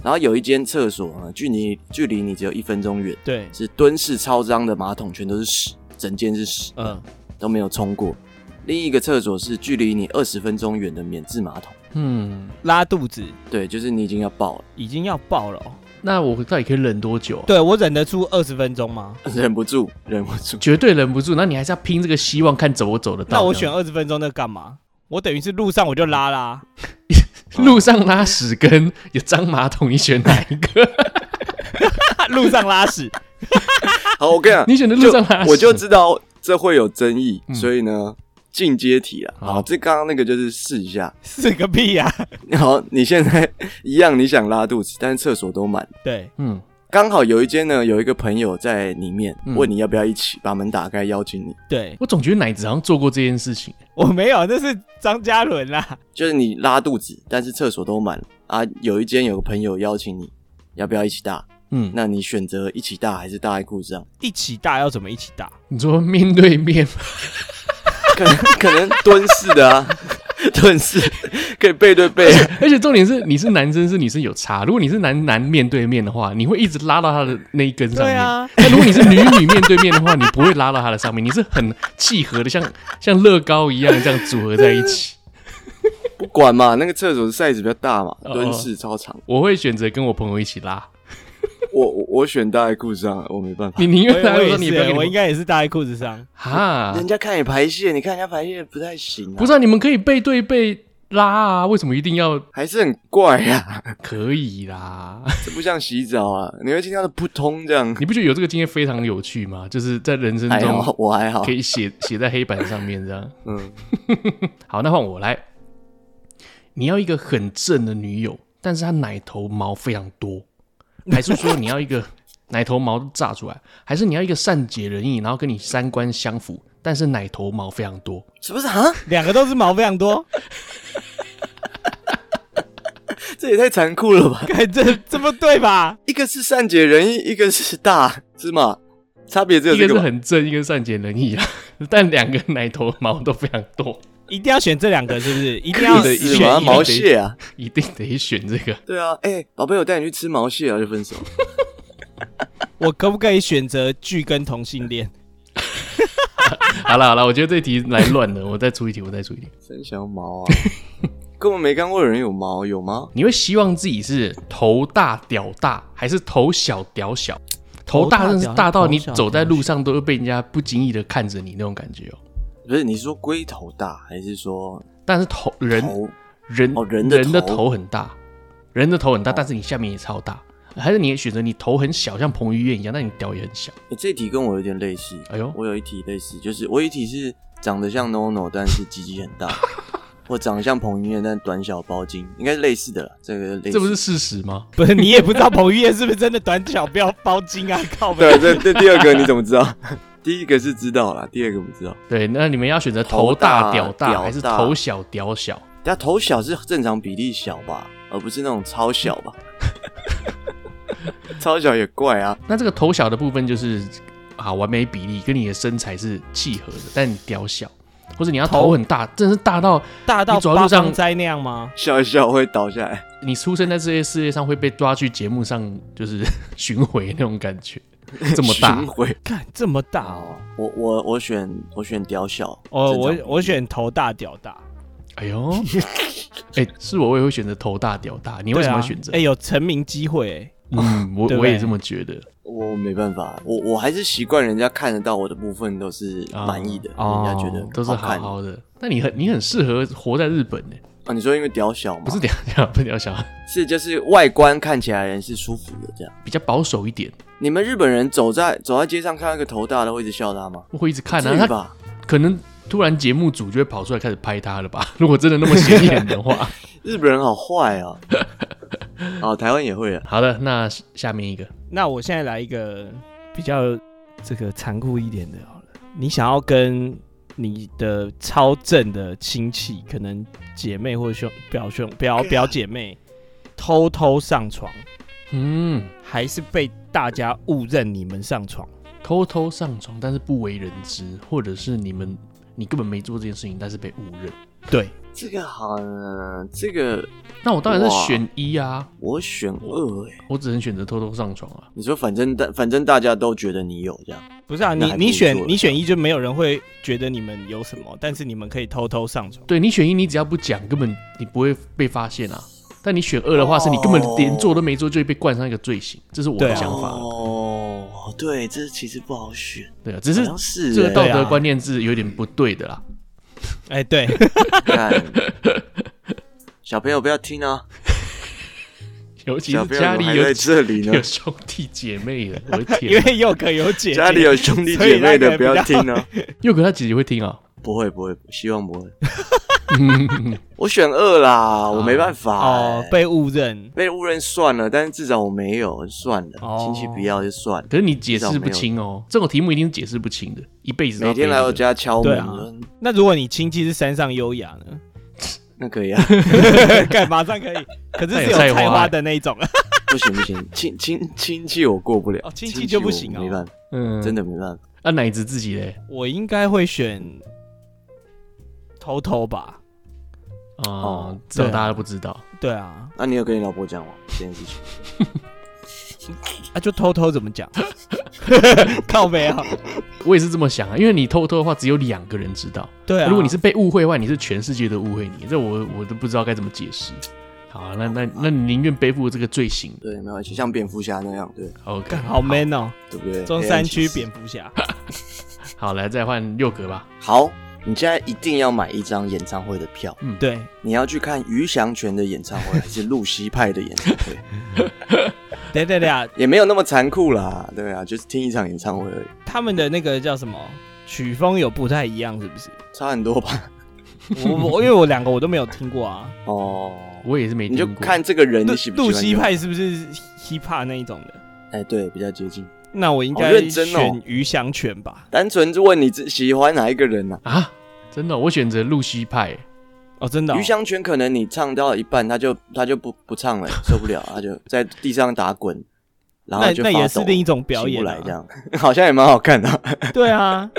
Speaker 3: 然后有一间厕所啊，距离距离你只有一分钟远，
Speaker 2: 对，
Speaker 3: 是蹲式超脏的马桶，全都是屎，整间是屎。
Speaker 1: 呃
Speaker 2: 嗯、
Speaker 3: 都没有冲过。另一个厕所是距离你二十分钟远的免治马桶，
Speaker 1: 嗯，
Speaker 2: 拉肚子
Speaker 3: 对，就是你已经要爆了，
Speaker 2: 已经要爆了、哦。
Speaker 1: 那我到底可以忍多久啊、
Speaker 2: 对我忍得住二十分钟吗？
Speaker 3: 忍不住，忍不住。
Speaker 1: 绝对忍不住，那你还是要拼这个希望，看走不走得到。
Speaker 2: 那我选
Speaker 1: 这样
Speaker 2: 二十分钟那干嘛？我等于是路上我就拉啦，
Speaker 1: 路上拉屎跟有脏马桶，你选 哪一个？
Speaker 2: 路上拉屎。
Speaker 3: 好，我跟你讲，
Speaker 1: 你选的路上拉屎，
Speaker 3: 我就知道这会有争议，
Speaker 1: 嗯
Speaker 3: 所以呢，进阶题了。
Speaker 1: 好
Speaker 3: 好，这刚刚那个就是试一下。
Speaker 2: 是个屁呀、
Speaker 3: 好，你现在 一样，你想拉肚子，但是厕所都满。
Speaker 2: 对，
Speaker 1: 嗯，
Speaker 3: 刚好有一间呢，有一个朋友在里面，
Speaker 1: 嗯
Speaker 3: 问你要不要一起，把门打开邀请你。
Speaker 2: 对
Speaker 1: 我总觉得奶子好像做过这件事情。
Speaker 2: 我没有，那是张嘉伦啦。
Speaker 3: 就是你拉肚子，但是厕所都满了啊，有一间有个朋友邀请你，要不要一起大？
Speaker 1: 嗯，
Speaker 3: 那你选择一起大还是大在裤子上？
Speaker 2: 一起打要怎么一起打？
Speaker 1: 你说面对面 吗，
Speaker 3: 可能 可能蹲式的啊， 蹲式可以背对背。
Speaker 1: 而且重点是你是男生是女生有差。如果你是男男面对面的话，你会一直拉到他的那一根上
Speaker 2: 对
Speaker 1: 面。
Speaker 2: 啊，
Speaker 1: 那如果你是女女面对面的话，你不会拉到他的上面，你是很契合的，像像乐高一样这样组合在一起。
Speaker 3: 不管嘛，那个厕所的 size 比较大嘛，
Speaker 1: 哦
Speaker 3: 蹲式超长。
Speaker 1: 我会选择跟我朋友一起拉。
Speaker 3: 我我我选大在裤子上，我没办法。
Speaker 1: 你宁
Speaker 2: 我
Speaker 1: 愿拉，
Speaker 2: 我也
Speaker 1: 说你不要
Speaker 2: 是，欸
Speaker 1: 给
Speaker 2: 我
Speaker 1: 你
Speaker 2: 应该也是搭在裤子上。
Speaker 1: 哈，
Speaker 3: 人家看你排泄，你看人家排泄不太行、啊，
Speaker 1: 不是、啊、你们可以背对背拉啊，为什么一定要
Speaker 3: 还是很怪啊，
Speaker 1: 可以啦？
Speaker 3: 这不像洗澡啊，你会听到的扑通这样。
Speaker 1: 你不觉得有这个经验非常有趣吗？就是在人生
Speaker 3: 还好
Speaker 1: 中，
Speaker 3: 我还好
Speaker 1: 可，以写写在黑板上面这样。
Speaker 3: 嗯，
Speaker 1: 好，那换我来。你要一个很正的女友，但是她奶头毛非常多，还是说你要一个奶头毛炸出来，还是你要一个善解人意，然后跟你三观相符，但是奶头毛非常多？
Speaker 3: 是不是啊？
Speaker 2: 两个都是毛非 常多，
Speaker 3: 这也太残酷了吧！
Speaker 2: 看这这不对吧？
Speaker 3: 一个是善解人意，一个是大，是吗？差别只有
Speaker 1: 一个
Speaker 3: 这
Speaker 1: 是
Speaker 3: 个吧。
Speaker 1: 很正，一个是善解人意啦， 但两个奶头毛都非常多，
Speaker 2: 一定要选这两个是不是？一定要
Speaker 1: 可以
Speaker 3: 是
Speaker 1: 选
Speaker 3: 吗？
Speaker 1: 一个
Speaker 3: 毛蟹啊，
Speaker 1: 一定得选这个。
Speaker 3: 对啊，哎、宝贝，我带你去吃毛蟹啊，就分手。
Speaker 2: 我可不可以选择剧跟同性恋？
Speaker 1: 好了好了，我觉得这题来乱了，我再出一题，我再出一题。
Speaker 3: 真想要 毛啊，根本没看过有人有毛，有吗？
Speaker 1: 你会希望自己是头大屌大，还是头小屌小？头大真的是大到你走在路上都会被人家不经意的看着你那种感觉哦。
Speaker 3: 不是，你是说龟头大，还是说
Speaker 1: 但是头人
Speaker 3: 头？
Speaker 1: 人
Speaker 3: 哦人的
Speaker 1: 人的
Speaker 3: 头哦
Speaker 1: 头很大，人的头很大，但是你下面也超大。还是你选择你头很小，像彭于晏一样，但你屌也很小。
Speaker 3: 哎这题跟我有点类似。
Speaker 1: 哎呦
Speaker 3: 我有一题类似，就是我有一题是长得像 NONO，但是鸡鸡很 大。我长得像彭于晏，但短小包茎，应该是类似的啦。这个类似，
Speaker 1: 这不是事实吗？
Speaker 2: 不是你也不知道彭于晏是不是真的短小不要包茎啊？靠背
Speaker 3: 对，这这第二个你怎么知道？ 第一个是知道啦，第二个不知道。
Speaker 1: 对，那你们要选择头
Speaker 3: 头
Speaker 1: 大屌
Speaker 3: 大屌
Speaker 1: 大，
Speaker 3: 大
Speaker 1: 还是头小屌小？
Speaker 3: 但头小是正常比例小吧，而不是那种超小吧？ 超小也怪啊！
Speaker 1: 那这个头小的部分就是啊，完美比例跟你的身材是契合的，但你屌小，或者你要头
Speaker 2: 头
Speaker 1: 很大，真的是大到
Speaker 2: 大到
Speaker 1: 你走在
Speaker 2: 八
Speaker 1: 路上
Speaker 2: 方斋那样吗？
Speaker 3: 笑一笑会倒下来，
Speaker 1: 你出生在这些世界上会被抓去节目上就是 巡回那种感觉，这么大
Speaker 3: 巡。回
Speaker 2: 看这么大哦，
Speaker 3: 哦！我我我选我选屌小
Speaker 2: 哦，我
Speaker 3: 正常
Speaker 2: 我选头大屌大，
Speaker 1: 哎呦，哎、是我我也会选择头大屌大，你
Speaker 2: 你
Speaker 1: 为什么选择？
Speaker 2: 哎，有成名机会哎。
Speaker 1: 嗯，我
Speaker 2: 对不
Speaker 1: 我
Speaker 2: 对
Speaker 1: 也这么觉得。
Speaker 3: 我没办法，我我还是习惯人家看得到我的部分都是满意的，
Speaker 1: 哦
Speaker 3: 人家觉得
Speaker 1: 都是
Speaker 3: 好
Speaker 1: 好
Speaker 3: 看
Speaker 1: 好的。那你很你很适合活在日本呢、
Speaker 3: 啊。你说因为屌小吗？
Speaker 1: 不是屌屌不是屌小，
Speaker 3: 是就是外观看起来人是舒服的这样。
Speaker 1: 比较保守一点，
Speaker 3: 你们日本人走在走在街上看到一个头大的会一直笑他吗？
Speaker 1: 会一直看
Speaker 3: 至
Speaker 1: 啊。
Speaker 3: 于
Speaker 1: 他
Speaker 3: 吧，
Speaker 1: 可能突然节目组就会跑出来开始拍他了吧？ 如果真的那么显眼的 话。
Speaker 3: 日本人好 坏啊！哦，台湾也会啊。
Speaker 1: 好的，那下面一个，
Speaker 2: 那我现在来一个比较这个残酷一点的好了。你想要跟你的超正的亲戚，可能姐妹或者兄表兄表表姐妹偷偷上床，
Speaker 1: 嗯，
Speaker 2: 还是被大家误认你们上床？
Speaker 1: 偷偷上床，但是不为人知，或者是你们你根本没做这件事情，但是被误认。
Speaker 2: 对，
Speaker 3: 这个好，呃这个
Speaker 1: 那我当然是
Speaker 3: 哇
Speaker 1: 选一啊，
Speaker 3: 我选二哎、
Speaker 1: 我只能选择偷偷上床啊。
Speaker 3: 你说反正大反正大家都觉得你有这样，
Speaker 2: 不是啊，
Speaker 3: 那
Speaker 2: 你
Speaker 3: 还不
Speaker 2: 你
Speaker 3: 错
Speaker 2: 选
Speaker 3: 了
Speaker 2: 你选一就没有人会觉得你们有什么，但是你们可以偷偷上床。
Speaker 1: 对你选一，你只要不讲，根本你不会被发现啊。但你选二的话，是你根本连做都没做，就会被冠上一个罪行，这是我
Speaker 2: 对
Speaker 1: 的
Speaker 2: 啊
Speaker 1: 想法。
Speaker 3: 哦，对，这其实不好选，
Speaker 1: 对啊，只
Speaker 3: 好
Speaker 1: 是
Speaker 3: 像是
Speaker 1: 这个
Speaker 3: 欸
Speaker 1: 道
Speaker 2: 对啊
Speaker 1: 德观念是有点不对的啦。
Speaker 2: 哎、对，
Speaker 3: 干小朋友不要听啊，
Speaker 1: 尤其
Speaker 3: 小
Speaker 1: 是
Speaker 3: 朋
Speaker 1: 家
Speaker 3: 友
Speaker 1: 里
Speaker 3: 还
Speaker 1: 有
Speaker 3: 在啊这里呢
Speaker 1: 有，兄弟姐妹的，我的
Speaker 2: 因
Speaker 1: 天、啊！
Speaker 2: 为佑可有姐姐，
Speaker 3: 家里有兄弟姐妹的不要听啊，
Speaker 1: 佑哥他姐姐会听啊、
Speaker 3: 不会不会，希望不会，
Speaker 1: 嗯
Speaker 3: 我选二啦，我没办法、
Speaker 2: 哦
Speaker 3: 欸，
Speaker 2: 被误认，
Speaker 3: 被误认算了，但是至少我没有，算了，
Speaker 2: 哦
Speaker 3: 亲戚不要就算了。
Speaker 1: 可是你解释不清哦，这种题目一定是解释不清的，一辈子都要
Speaker 3: 每天
Speaker 1: 背
Speaker 3: 来
Speaker 1: 这
Speaker 3: 我
Speaker 1: 个
Speaker 3: 家敲
Speaker 2: 对
Speaker 3: 门，
Speaker 2: 啊
Speaker 3: 嗯
Speaker 2: 那如果你亲戚是山上优雅呢？
Speaker 3: 那可以啊，
Speaker 2: 干马上可以，可是
Speaker 1: 那
Speaker 2: 是
Speaker 1: 有
Speaker 2: 有
Speaker 1: 菜
Speaker 2: 菜
Speaker 1: 花
Speaker 2: 花
Speaker 1: 欸
Speaker 2: 的那一种。啊
Speaker 3: 不行不行，亲亲亲戚我过不了
Speaker 2: 哦，亲戚就不行啊
Speaker 3: 我没办法，
Speaker 1: 嗯，
Speaker 3: 真
Speaker 1: 的。
Speaker 3: 的没办法。
Speaker 1: 那、奶子自己嘞
Speaker 2: 我应该会选偷偷吧？
Speaker 1: 啊，
Speaker 3: 哦
Speaker 1: 至少
Speaker 2: 对啊
Speaker 1: 大家都不知道。
Speaker 2: 对啊，
Speaker 3: 那你有跟你老婆讲吗这件事情？
Speaker 2: 啊就偷偷怎么讲？ 靠背啊，
Speaker 1: 我也是这么想啊，因为你偷偷的话，只有两个人知道。
Speaker 2: 对啊。
Speaker 1: 如果你是被误会的话，你是全世界都误会你，这我我都不知道该怎么解释。好啊、那那那你宁愿背负这个罪行
Speaker 3: 对，没关系，像蝙蝠侠那样，对
Speaker 1: ？OK，
Speaker 2: 干好 man 哦，
Speaker 3: 对不对？
Speaker 2: 中山区
Speaker 3: 黑暗骑士
Speaker 2: 蝙蝠侠。
Speaker 3: 哎
Speaker 1: 好，来再换六格吧。
Speaker 3: 好，你现在一定要买一张演唱会的票，
Speaker 2: 对，
Speaker 3: 你要去看于祥全的演唱会，还是露西派的演唱会？
Speaker 2: 等一下等一下，
Speaker 3: 也没有那么残酷啦，对啊，就是听一场演唱会而已，
Speaker 2: 他们的那个叫什么曲风有不太一样，是不是？
Speaker 3: 差很多吧？
Speaker 2: 我我因为我两个我都没有听过啊。
Speaker 3: 哦，
Speaker 1: 我也是没
Speaker 3: 你
Speaker 1: 听
Speaker 3: 就
Speaker 1: 过，
Speaker 3: 看这个人
Speaker 2: 露
Speaker 3: 你喜
Speaker 2: 露
Speaker 3: 不喜欢。啊
Speaker 2: 西，派是不是 hip hop 那一种的？
Speaker 3: 哎，对，比较接近。
Speaker 2: 那我应
Speaker 3: 好
Speaker 2: 该
Speaker 3: 认真哦
Speaker 2: 选余祥全吧？
Speaker 3: 单纯就问你自喜欢哪一个人呐、
Speaker 1: 啊，真的，我选择露西派。
Speaker 2: 哦，真的哦、
Speaker 3: 余香泉可能你唱到一半，他就他就不不唱了，受不了，他就在地上打滚，然后
Speaker 2: 那
Speaker 3: 就
Speaker 2: 那也是另一
Speaker 3: 种
Speaker 2: 种表演、
Speaker 3: 来
Speaker 2: 啊，
Speaker 3: 这样， 好像也蛮好看的、
Speaker 2: 对啊，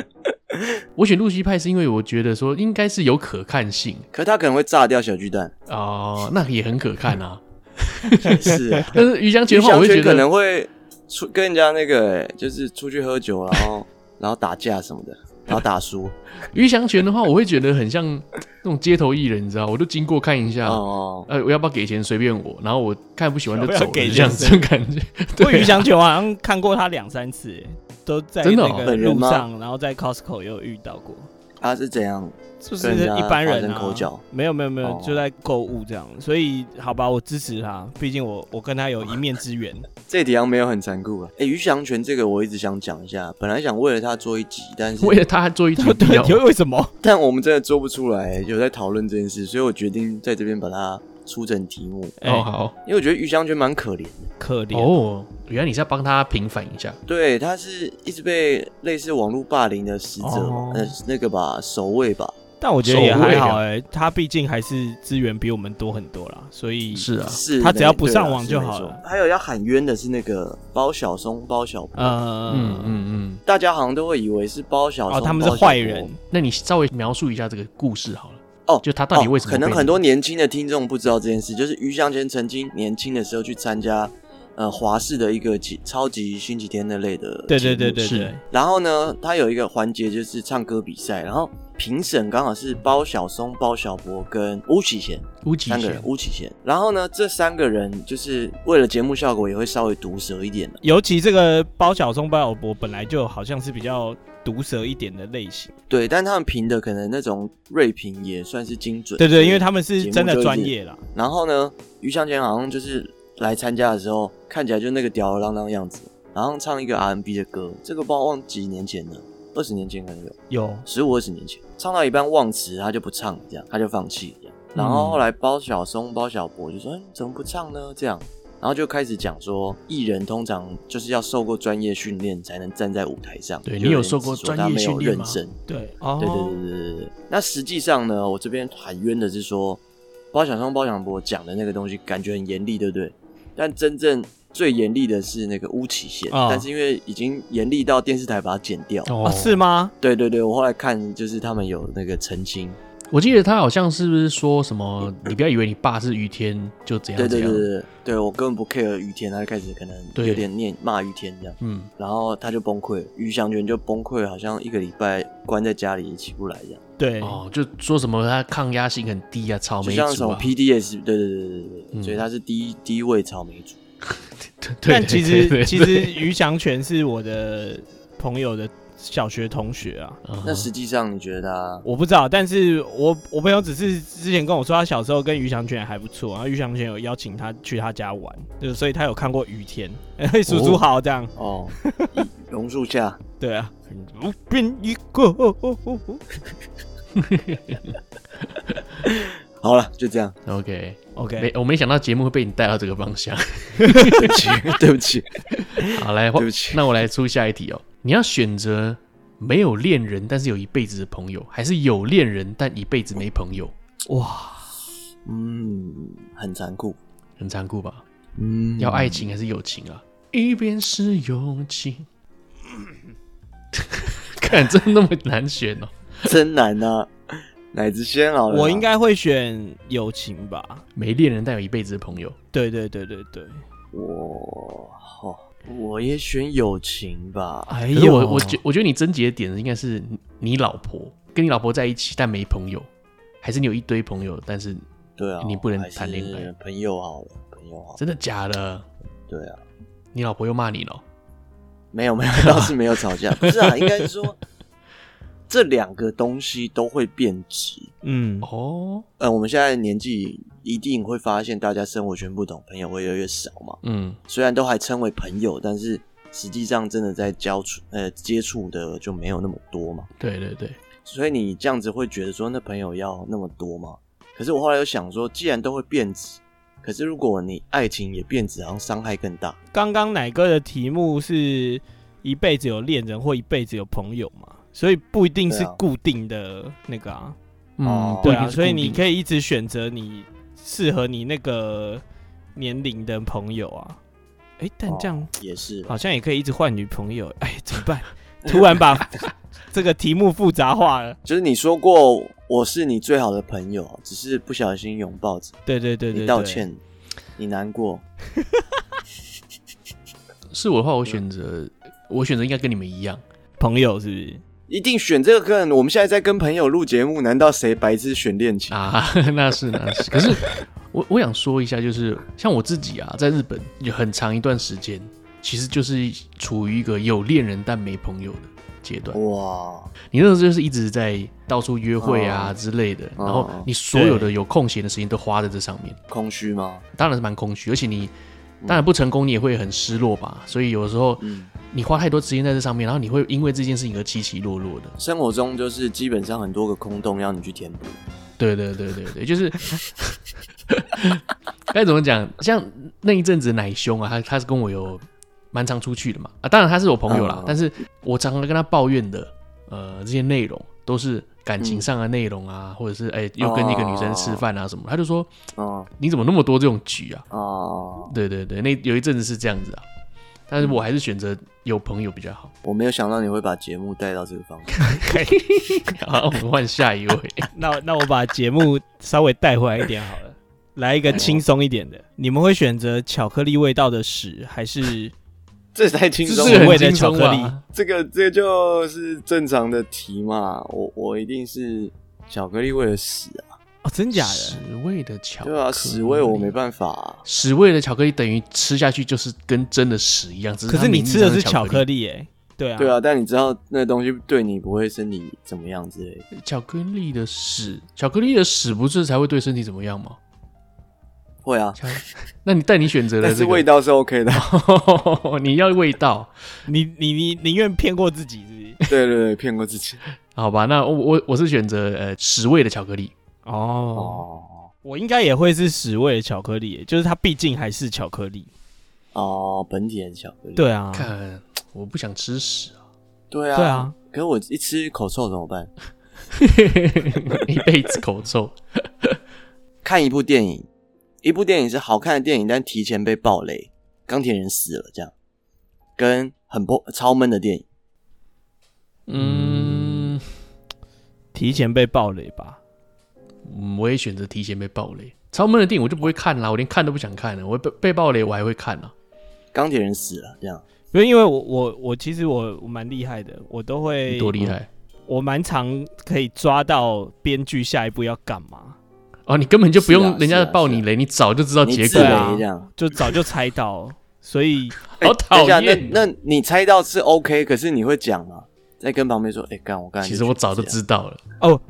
Speaker 1: 我选露西派是因为我觉得说应该是有可看性
Speaker 3: 可他可能会炸掉小巨蛋，
Speaker 1: 哦、那也很可看 啊。
Speaker 3: 也 是、 啊。
Speaker 1: 但是于香泉
Speaker 3: 余
Speaker 1: 的话，我
Speaker 3: 香
Speaker 1: 会觉
Speaker 3: 泉可
Speaker 1: 得
Speaker 3: 能会出跟人家那个、欸就是出去喝酒，然后 然后打架什么的，然后打 输。
Speaker 1: 于祥泉的话，我会觉得很像那种街头艺人，你知道，我都经过看一下。
Speaker 3: 哦，
Speaker 1: 呃，我要不要给钱随便我，然后我看不喜欢就
Speaker 2: 要不
Speaker 1: 走
Speaker 2: 要
Speaker 1: 了，
Speaker 2: 给
Speaker 1: 这样这
Speaker 2: 钱
Speaker 1: 种感觉。
Speaker 2: 我余
Speaker 1: 对啊，
Speaker 2: 祥全我好像看过他两三次，都在
Speaker 1: 真的哦
Speaker 2: 那个
Speaker 3: 本人
Speaker 2: 路
Speaker 3: 吗
Speaker 2: 上，然后在 Costco 也有遇到过，
Speaker 3: 他是怎样？
Speaker 2: 是不是
Speaker 3: 跟人家
Speaker 2: 一般人
Speaker 3: 发生
Speaker 2: 啊
Speaker 3: 口角？
Speaker 2: 没有没有没有
Speaker 3: 哦，
Speaker 2: 就在购物这样。所以好吧，我支持他，毕竟我我跟他有一面 之缘。
Speaker 3: 这题好像没有很残酷啊。哎、余香泉这个我一直想讲一下，本来想为了他做一集，但是
Speaker 1: 为了他做一集比
Speaker 2: 对，
Speaker 1: 较哦
Speaker 2: 因为为什么？
Speaker 3: 但我们真的做不出来，有在讨论这件事，所以我决定在这边把它出成题目，
Speaker 2: 哎、
Speaker 1: 哦好
Speaker 3: 因为我觉得余香娟蛮可怜的，
Speaker 2: 可怜。
Speaker 1: 哦，原来你是要帮他平反一下。
Speaker 3: 对，她是一直被类似网络霸凌的使者嘛
Speaker 2: 哦，
Speaker 3: 呃，那个吧，守卫吧，
Speaker 2: 但我觉得也
Speaker 1: 守卫
Speaker 2: 还
Speaker 1: 啊
Speaker 2: 好哎、他毕竟还是资源比我们多很多啦，所以
Speaker 1: 是啊，
Speaker 3: 是
Speaker 2: 他只要
Speaker 3: 那
Speaker 2: 不
Speaker 3: 对啊
Speaker 2: 上网
Speaker 3: 是
Speaker 2: 就
Speaker 3: 没
Speaker 2: 好
Speaker 3: 错
Speaker 2: 了
Speaker 3: 还有要喊冤的是那个包小松、包小波，
Speaker 2: 呃，
Speaker 1: 嗯嗯嗯。
Speaker 3: 大家好像都会以为是包小松，
Speaker 2: 哦，他们
Speaker 3: 包
Speaker 2: 是
Speaker 3: 小波
Speaker 2: 坏人，
Speaker 1: 那你稍微描述一下这个故事好了。
Speaker 3: 哦
Speaker 1: 就他到底为什么
Speaker 3: 可
Speaker 1: 被那个、
Speaker 3: 能很多年轻的听众不知道这件事，就是于向前曾经年轻的时候去参加呃华视的一个节超级星期天那类的节目，
Speaker 2: 对对对对
Speaker 1: 是
Speaker 2: 对，
Speaker 3: 然后呢，他有一个环节就是唱歌比赛，然后评审刚好是包小松、包小博跟巫启贤
Speaker 1: 无极
Speaker 3: 三个人，巫启贤。然后呢，这三个人就是为了节目效果也会稍微毒舌一点的。
Speaker 2: 尤其这个包小松包小博本来就好像是比较毒舌一点的类型，
Speaker 3: 对，但他们评的可能那种锐评也算是精准。
Speaker 2: 对对，因为
Speaker 3: 他。
Speaker 2: 他们是真的专业啦，
Speaker 3: 然后呢，于湘琴好像就是来参加的时候，看起来就那个吊儿郎当样子，然后唱一个 R&B 的歌，这个不知道忘几年前了，二十年前可能有，
Speaker 2: 有
Speaker 3: 十五二十年前，唱到一半忘词，他就不唱了，这样他就放弃了这样。然
Speaker 1: 嗯
Speaker 3: 后后来包小松、包小博就说：“哎、怎么不唱呢？”这样，然后就开始讲说，艺人通常就是要受过专业训练才能站在舞台上。
Speaker 1: 对
Speaker 3: 就
Speaker 1: 你有
Speaker 3: 人
Speaker 1: 受过
Speaker 3: 指说
Speaker 1: 专业
Speaker 3: 他没有
Speaker 1: 训练
Speaker 3: 认
Speaker 1: 吗
Speaker 3: 真，
Speaker 2: 对哦，
Speaker 3: 对对对对对对。那实际上呢，我这边喊冤的是说，包小松、包小博讲的那个东西感觉很严厉，对不对？但真正最严厉的是那个巫启贤，
Speaker 2: 哦
Speaker 3: 但是因为已经严厉到电视台把它剪掉。
Speaker 1: 哦
Speaker 2: 哦是吗？
Speaker 3: 对对对，我后来看就是他们有那个澄清，
Speaker 1: 我记得他好像是不是说什么，你不要以为你爸是于天就怎
Speaker 3: 对
Speaker 1: 样怎
Speaker 3: 对
Speaker 1: 样
Speaker 3: 对，对，对我根本不 care 于天，他就开始可能
Speaker 1: 对
Speaker 3: 有点念骂于天这样，
Speaker 1: 嗯，
Speaker 3: 然后他就崩溃了，于祥全就崩溃了，好像一个礼拜关在家里也起不来这样，
Speaker 2: 对，
Speaker 1: 哦，就说什么他抗压性很低啊，草
Speaker 3: 就
Speaker 1: 莓
Speaker 3: 像什
Speaker 1: 族
Speaker 3: 么
Speaker 1: 啊，
Speaker 3: PDS，对对对对对对，
Speaker 1: 嗯
Speaker 3: 所以他是第一第一位草莓族，
Speaker 1: 对对
Speaker 2: 但其
Speaker 1: 对对
Speaker 2: 实
Speaker 1: 对
Speaker 2: 其 实于祥全是我的朋友的小学同学啊，
Speaker 1: 嗯哼
Speaker 3: 那实际上你觉得他
Speaker 2: 我不知道，但是我我朋友只是之前跟我说，他小时候跟于祥全还不错，然后于祥全有邀请他去他家玩，就是所以他有看过于天， 叔叔好这样，
Speaker 3: 哦，一榕树下
Speaker 2: 对啊，我变一个，哦哦哦哦
Speaker 3: 好了，就这样，
Speaker 1: 嗯 OK，没
Speaker 2: OK，
Speaker 1: 我没想到节目会被你带到这个方 向。
Speaker 3: 对 不起，对不起，
Speaker 1: 好，来，
Speaker 3: 对不起
Speaker 1: 那我来出下一题哦。你要选择没有恋人但是有一辈子的朋友，还是有恋人但一辈子没朋友？
Speaker 2: 哇，
Speaker 3: 嗯，很残酷，
Speaker 1: 很残酷吧？
Speaker 3: 嗯，
Speaker 1: 要爱情还是友情啊？一边是友情， 看真的那么难选哦？
Speaker 3: 真难啊， 奶子先好了啦，
Speaker 2: 我应该会选友情吧？
Speaker 1: 没恋人但有一辈子的朋友，
Speaker 2: 对对对对对，
Speaker 3: 我哦，我也选友情吧。
Speaker 2: 哎
Speaker 1: 可是我我觉我觉得你症结点应该是你你老婆跟你老婆在一起但没朋友，还是你有一堆朋友但是
Speaker 3: 对啊，
Speaker 1: 你不能
Speaker 3: 还是
Speaker 1: 谈恋爱
Speaker 3: 朋友好了，朋友好。
Speaker 1: 真的假的？
Speaker 3: 对啊，
Speaker 1: 你老婆又骂你了哦？
Speaker 3: 没有没有，倒是没有吵 架，不是啊，应该是说这两个东西都会变质。
Speaker 2: 嗯，
Speaker 1: 哦，
Speaker 3: 呃，我们现在的年纪一定会发现，大家生活圈不同，朋友会越来越少嘛。
Speaker 1: 嗯，
Speaker 3: 虽然都还称为朋友，但是实际上真的在交触呃接触的就没有那么多嘛。
Speaker 1: 对对对，
Speaker 3: 所以你这样子会觉得说，那朋友要那么多吗？可是我后来又想说，既然都会变质，可是如果你爱情也变质，好像伤害更大。
Speaker 2: 刚刚奶哥的题目是一辈子有恋人或一辈子有朋友嘛，所以不一定是
Speaker 3: 对啊
Speaker 2: 固定的那个啊，
Speaker 1: 嗯
Speaker 3: 哦，
Speaker 1: 不一
Speaker 2: 对
Speaker 1: 定
Speaker 2: 啊，
Speaker 1: 是
Speaker 2: 所以
Speaker 1: 固
Speaker 2: 你
Speaker 1: 定
Speaker 2: 可以一直选择你适合你那个年龄的朋友啊。哎、但这样、
Speaker 3: 哦也是，
Speaker 2: 好像也可以一直换女朋友，哎，怎么办？突然把 这个题目复杂化了。
Speaker 3: 就是你说过我是你最好的朋友，只是不小心拥抱着
Speaker 2: 对对对对
Speaker 3: 你道。歉，你难过。
Speaker 1: 是我的话，我选择我选择应该跟你们一样，
Speaker 2: 对朋友是不是？
Speaker 3: 一定选这个人，我们现在在跟朋友录节目，难道谁白痴选恋 情？
Speaker 1: 啊，那是那是。可是我我想说一下，就是像我自己啊，在日本有很长一段时间，其实就是处于一个有恋人但没朋友的阶段。
Speaker 3: 哦哇，
Speaker 1: 你那时候就是一直在到处约会啊
Speaker 3: 哦
Speaker 1: 之类的，
Speaker 3: 哦
Speaker 1: 然后你所有的
Speaker 2: 对
Speaker 1: 有空闲的时间都花在这上面，
Speaker 3: 空虚吗？
Speaker 1: 当然是蛮空虚，而且你。当然不成功，你也会很失落吧。所以有时候
Speaker 3: 嗯，
Speaker 1: 你花太多时间在这上面，然后你会因为这件事情而起起落落的。
Speaker 3: 生活中就是基本上很多个空洞要你去填补。
Speaker 1: 对对对对对，就是 该怎么讲？像那一阵子奶兄啊，他他是跟我有蛮常出去的嘛啊，当然他是我朋友啦，
Speaker 3: 嗯
Speaker 1: 但是我常常跟他抱怨的，呃，这些内容都是感情上的内容啊，或者是哎、又跟一个女生吃饭啊什么，他就说
Speaker 3: 哦
Speaker 1: 你怎么那么多这种局啊？
Speaker 3: 哦，
Speaker 1: 对对对，那有一阵子是这样子啊，但是我还是选择有朋友比较好。
Speaker 3: 我没有想到你会把节目带到这个方面。
Speaker 1: 好，我们换下一位，
Speaker 2: 那那我把节目稍微带回来一点好 了，来一个轻松一点的。你们会选择巧克力味道的屎，还是
Speaker 3: 这太轻
Speaker 1: 这
Speaker 3: 松
Speaker 1: 是
Speaker 2: 所
Speaker 3: 了，
Speaker 1: 很
Speaker 2: 谓的
Speaker 1: 轻松
Speaker 2: 巧克力
Speaker 1: 吧
Speaker 3: 这个这个就是正常的题嘛。我我一定是巧克力味的屎啊，
Speaker 2: 哦，真假的？
Speaker 1: 屎味的巧克力，
Speaker 3: 对啊，屎味我没办法啊、
Speaker 1: 屎味的巧克力等于吃下去就是跟真的屎一样，只
Speaker 2: 可
Speaker 1: 是
Speaker 2: 是你吃的是
Speaker 1: 巧
Speaker 2: 巧克
Speaker 1: 力，
Speaker 2: 力哎、对啊，
Speaker 3: 对啊，但你知道那东西对你不会身体怎么样之类的，
Speaker 1: 巧克力的屎，巧克力的屎不是才会对身体怎么样吗？
Speaker 3: 会啊，
Speaker 1: 巧那你但你选择了
Speaker 3: 但是
Speaker 1: 这
Speaker 3: 味
Speaker 1: 个，
Speaker 3: 道是 OK 的。
Speaker 1: 你要味道，
Speaker 2: 你你你宁愿骗过自己是不是？
Speaker 3: 对对对，骗过自己。
Speaker 1: 好吧？那我我我是选择呃屎味的巧克力，
Speaker 2: 哦，
Speaker 3: 哦
Speaker 2: 我应该也会是屎味的巧克力、就是它毕竟还是巧克力。
Speaker 3: 哦，本体的巧克力。
Speaker 2: 对啊，
Speaker 1: 看我不想吃屎啊，
Speaker 3: 对啊，
Speaker 2: 对。啊，
Speaker 3: 可是我一吃口臭怎么办？
Speaker 1: 一辈子口臭，
Speaker 3: 看一部电影，一部电影是好看的电影，但提前被暴雷，钢铁人死了这样，跟很不超闷的电影。
Speaker 1: 嗯，
Speaker 2: 提前被暴雷吧。
Speaker 1: 嗯，我也选择提前被暴雷。超闷的电影我就不会看啦，我连看都不想看了。我被被暴雷我还会看啊啦。
Speaker 3: 钢铁人死了这样，
Speaker 2: 因为因为我我我其实我我蛮厉害的，我都会
Speaker 1: 你多厉害
Speaker 2: 我蛮常可以抓到编剧下一步要干嘛，
Speaker 1: 哦！你根本就不
Speaker 3: 是
Speaker 1: 用
Speaker 3: 啊
Speaker 1: 人家爆你雷，你早就知道
Speaker 3: 你
Speaker 1: 结
Speaker 3: 自
Speaker 1: 果
Speaker 2: 对啊
Speaker 1: 了，
Speaker 3: 雷这样。
Speaker 2: 就早就猜到了，所以
Speaker 3: 哎
Speaker 1: 好讨
Speaker 3: 等一下
Speaker 1: 厌。哦
Speaker 3: 那那你猜到是 OK，可是你会讲吗？再跟旁边说，哎、干我刚才
Speaker 1: 其
Speaker 3: 就
Speaker 1: 实我
Speaker 3: 觉得
Speaker 1: 早就
Speaker 3: 这样
Speaker 1: 知道了，
Speaker 2: 哦，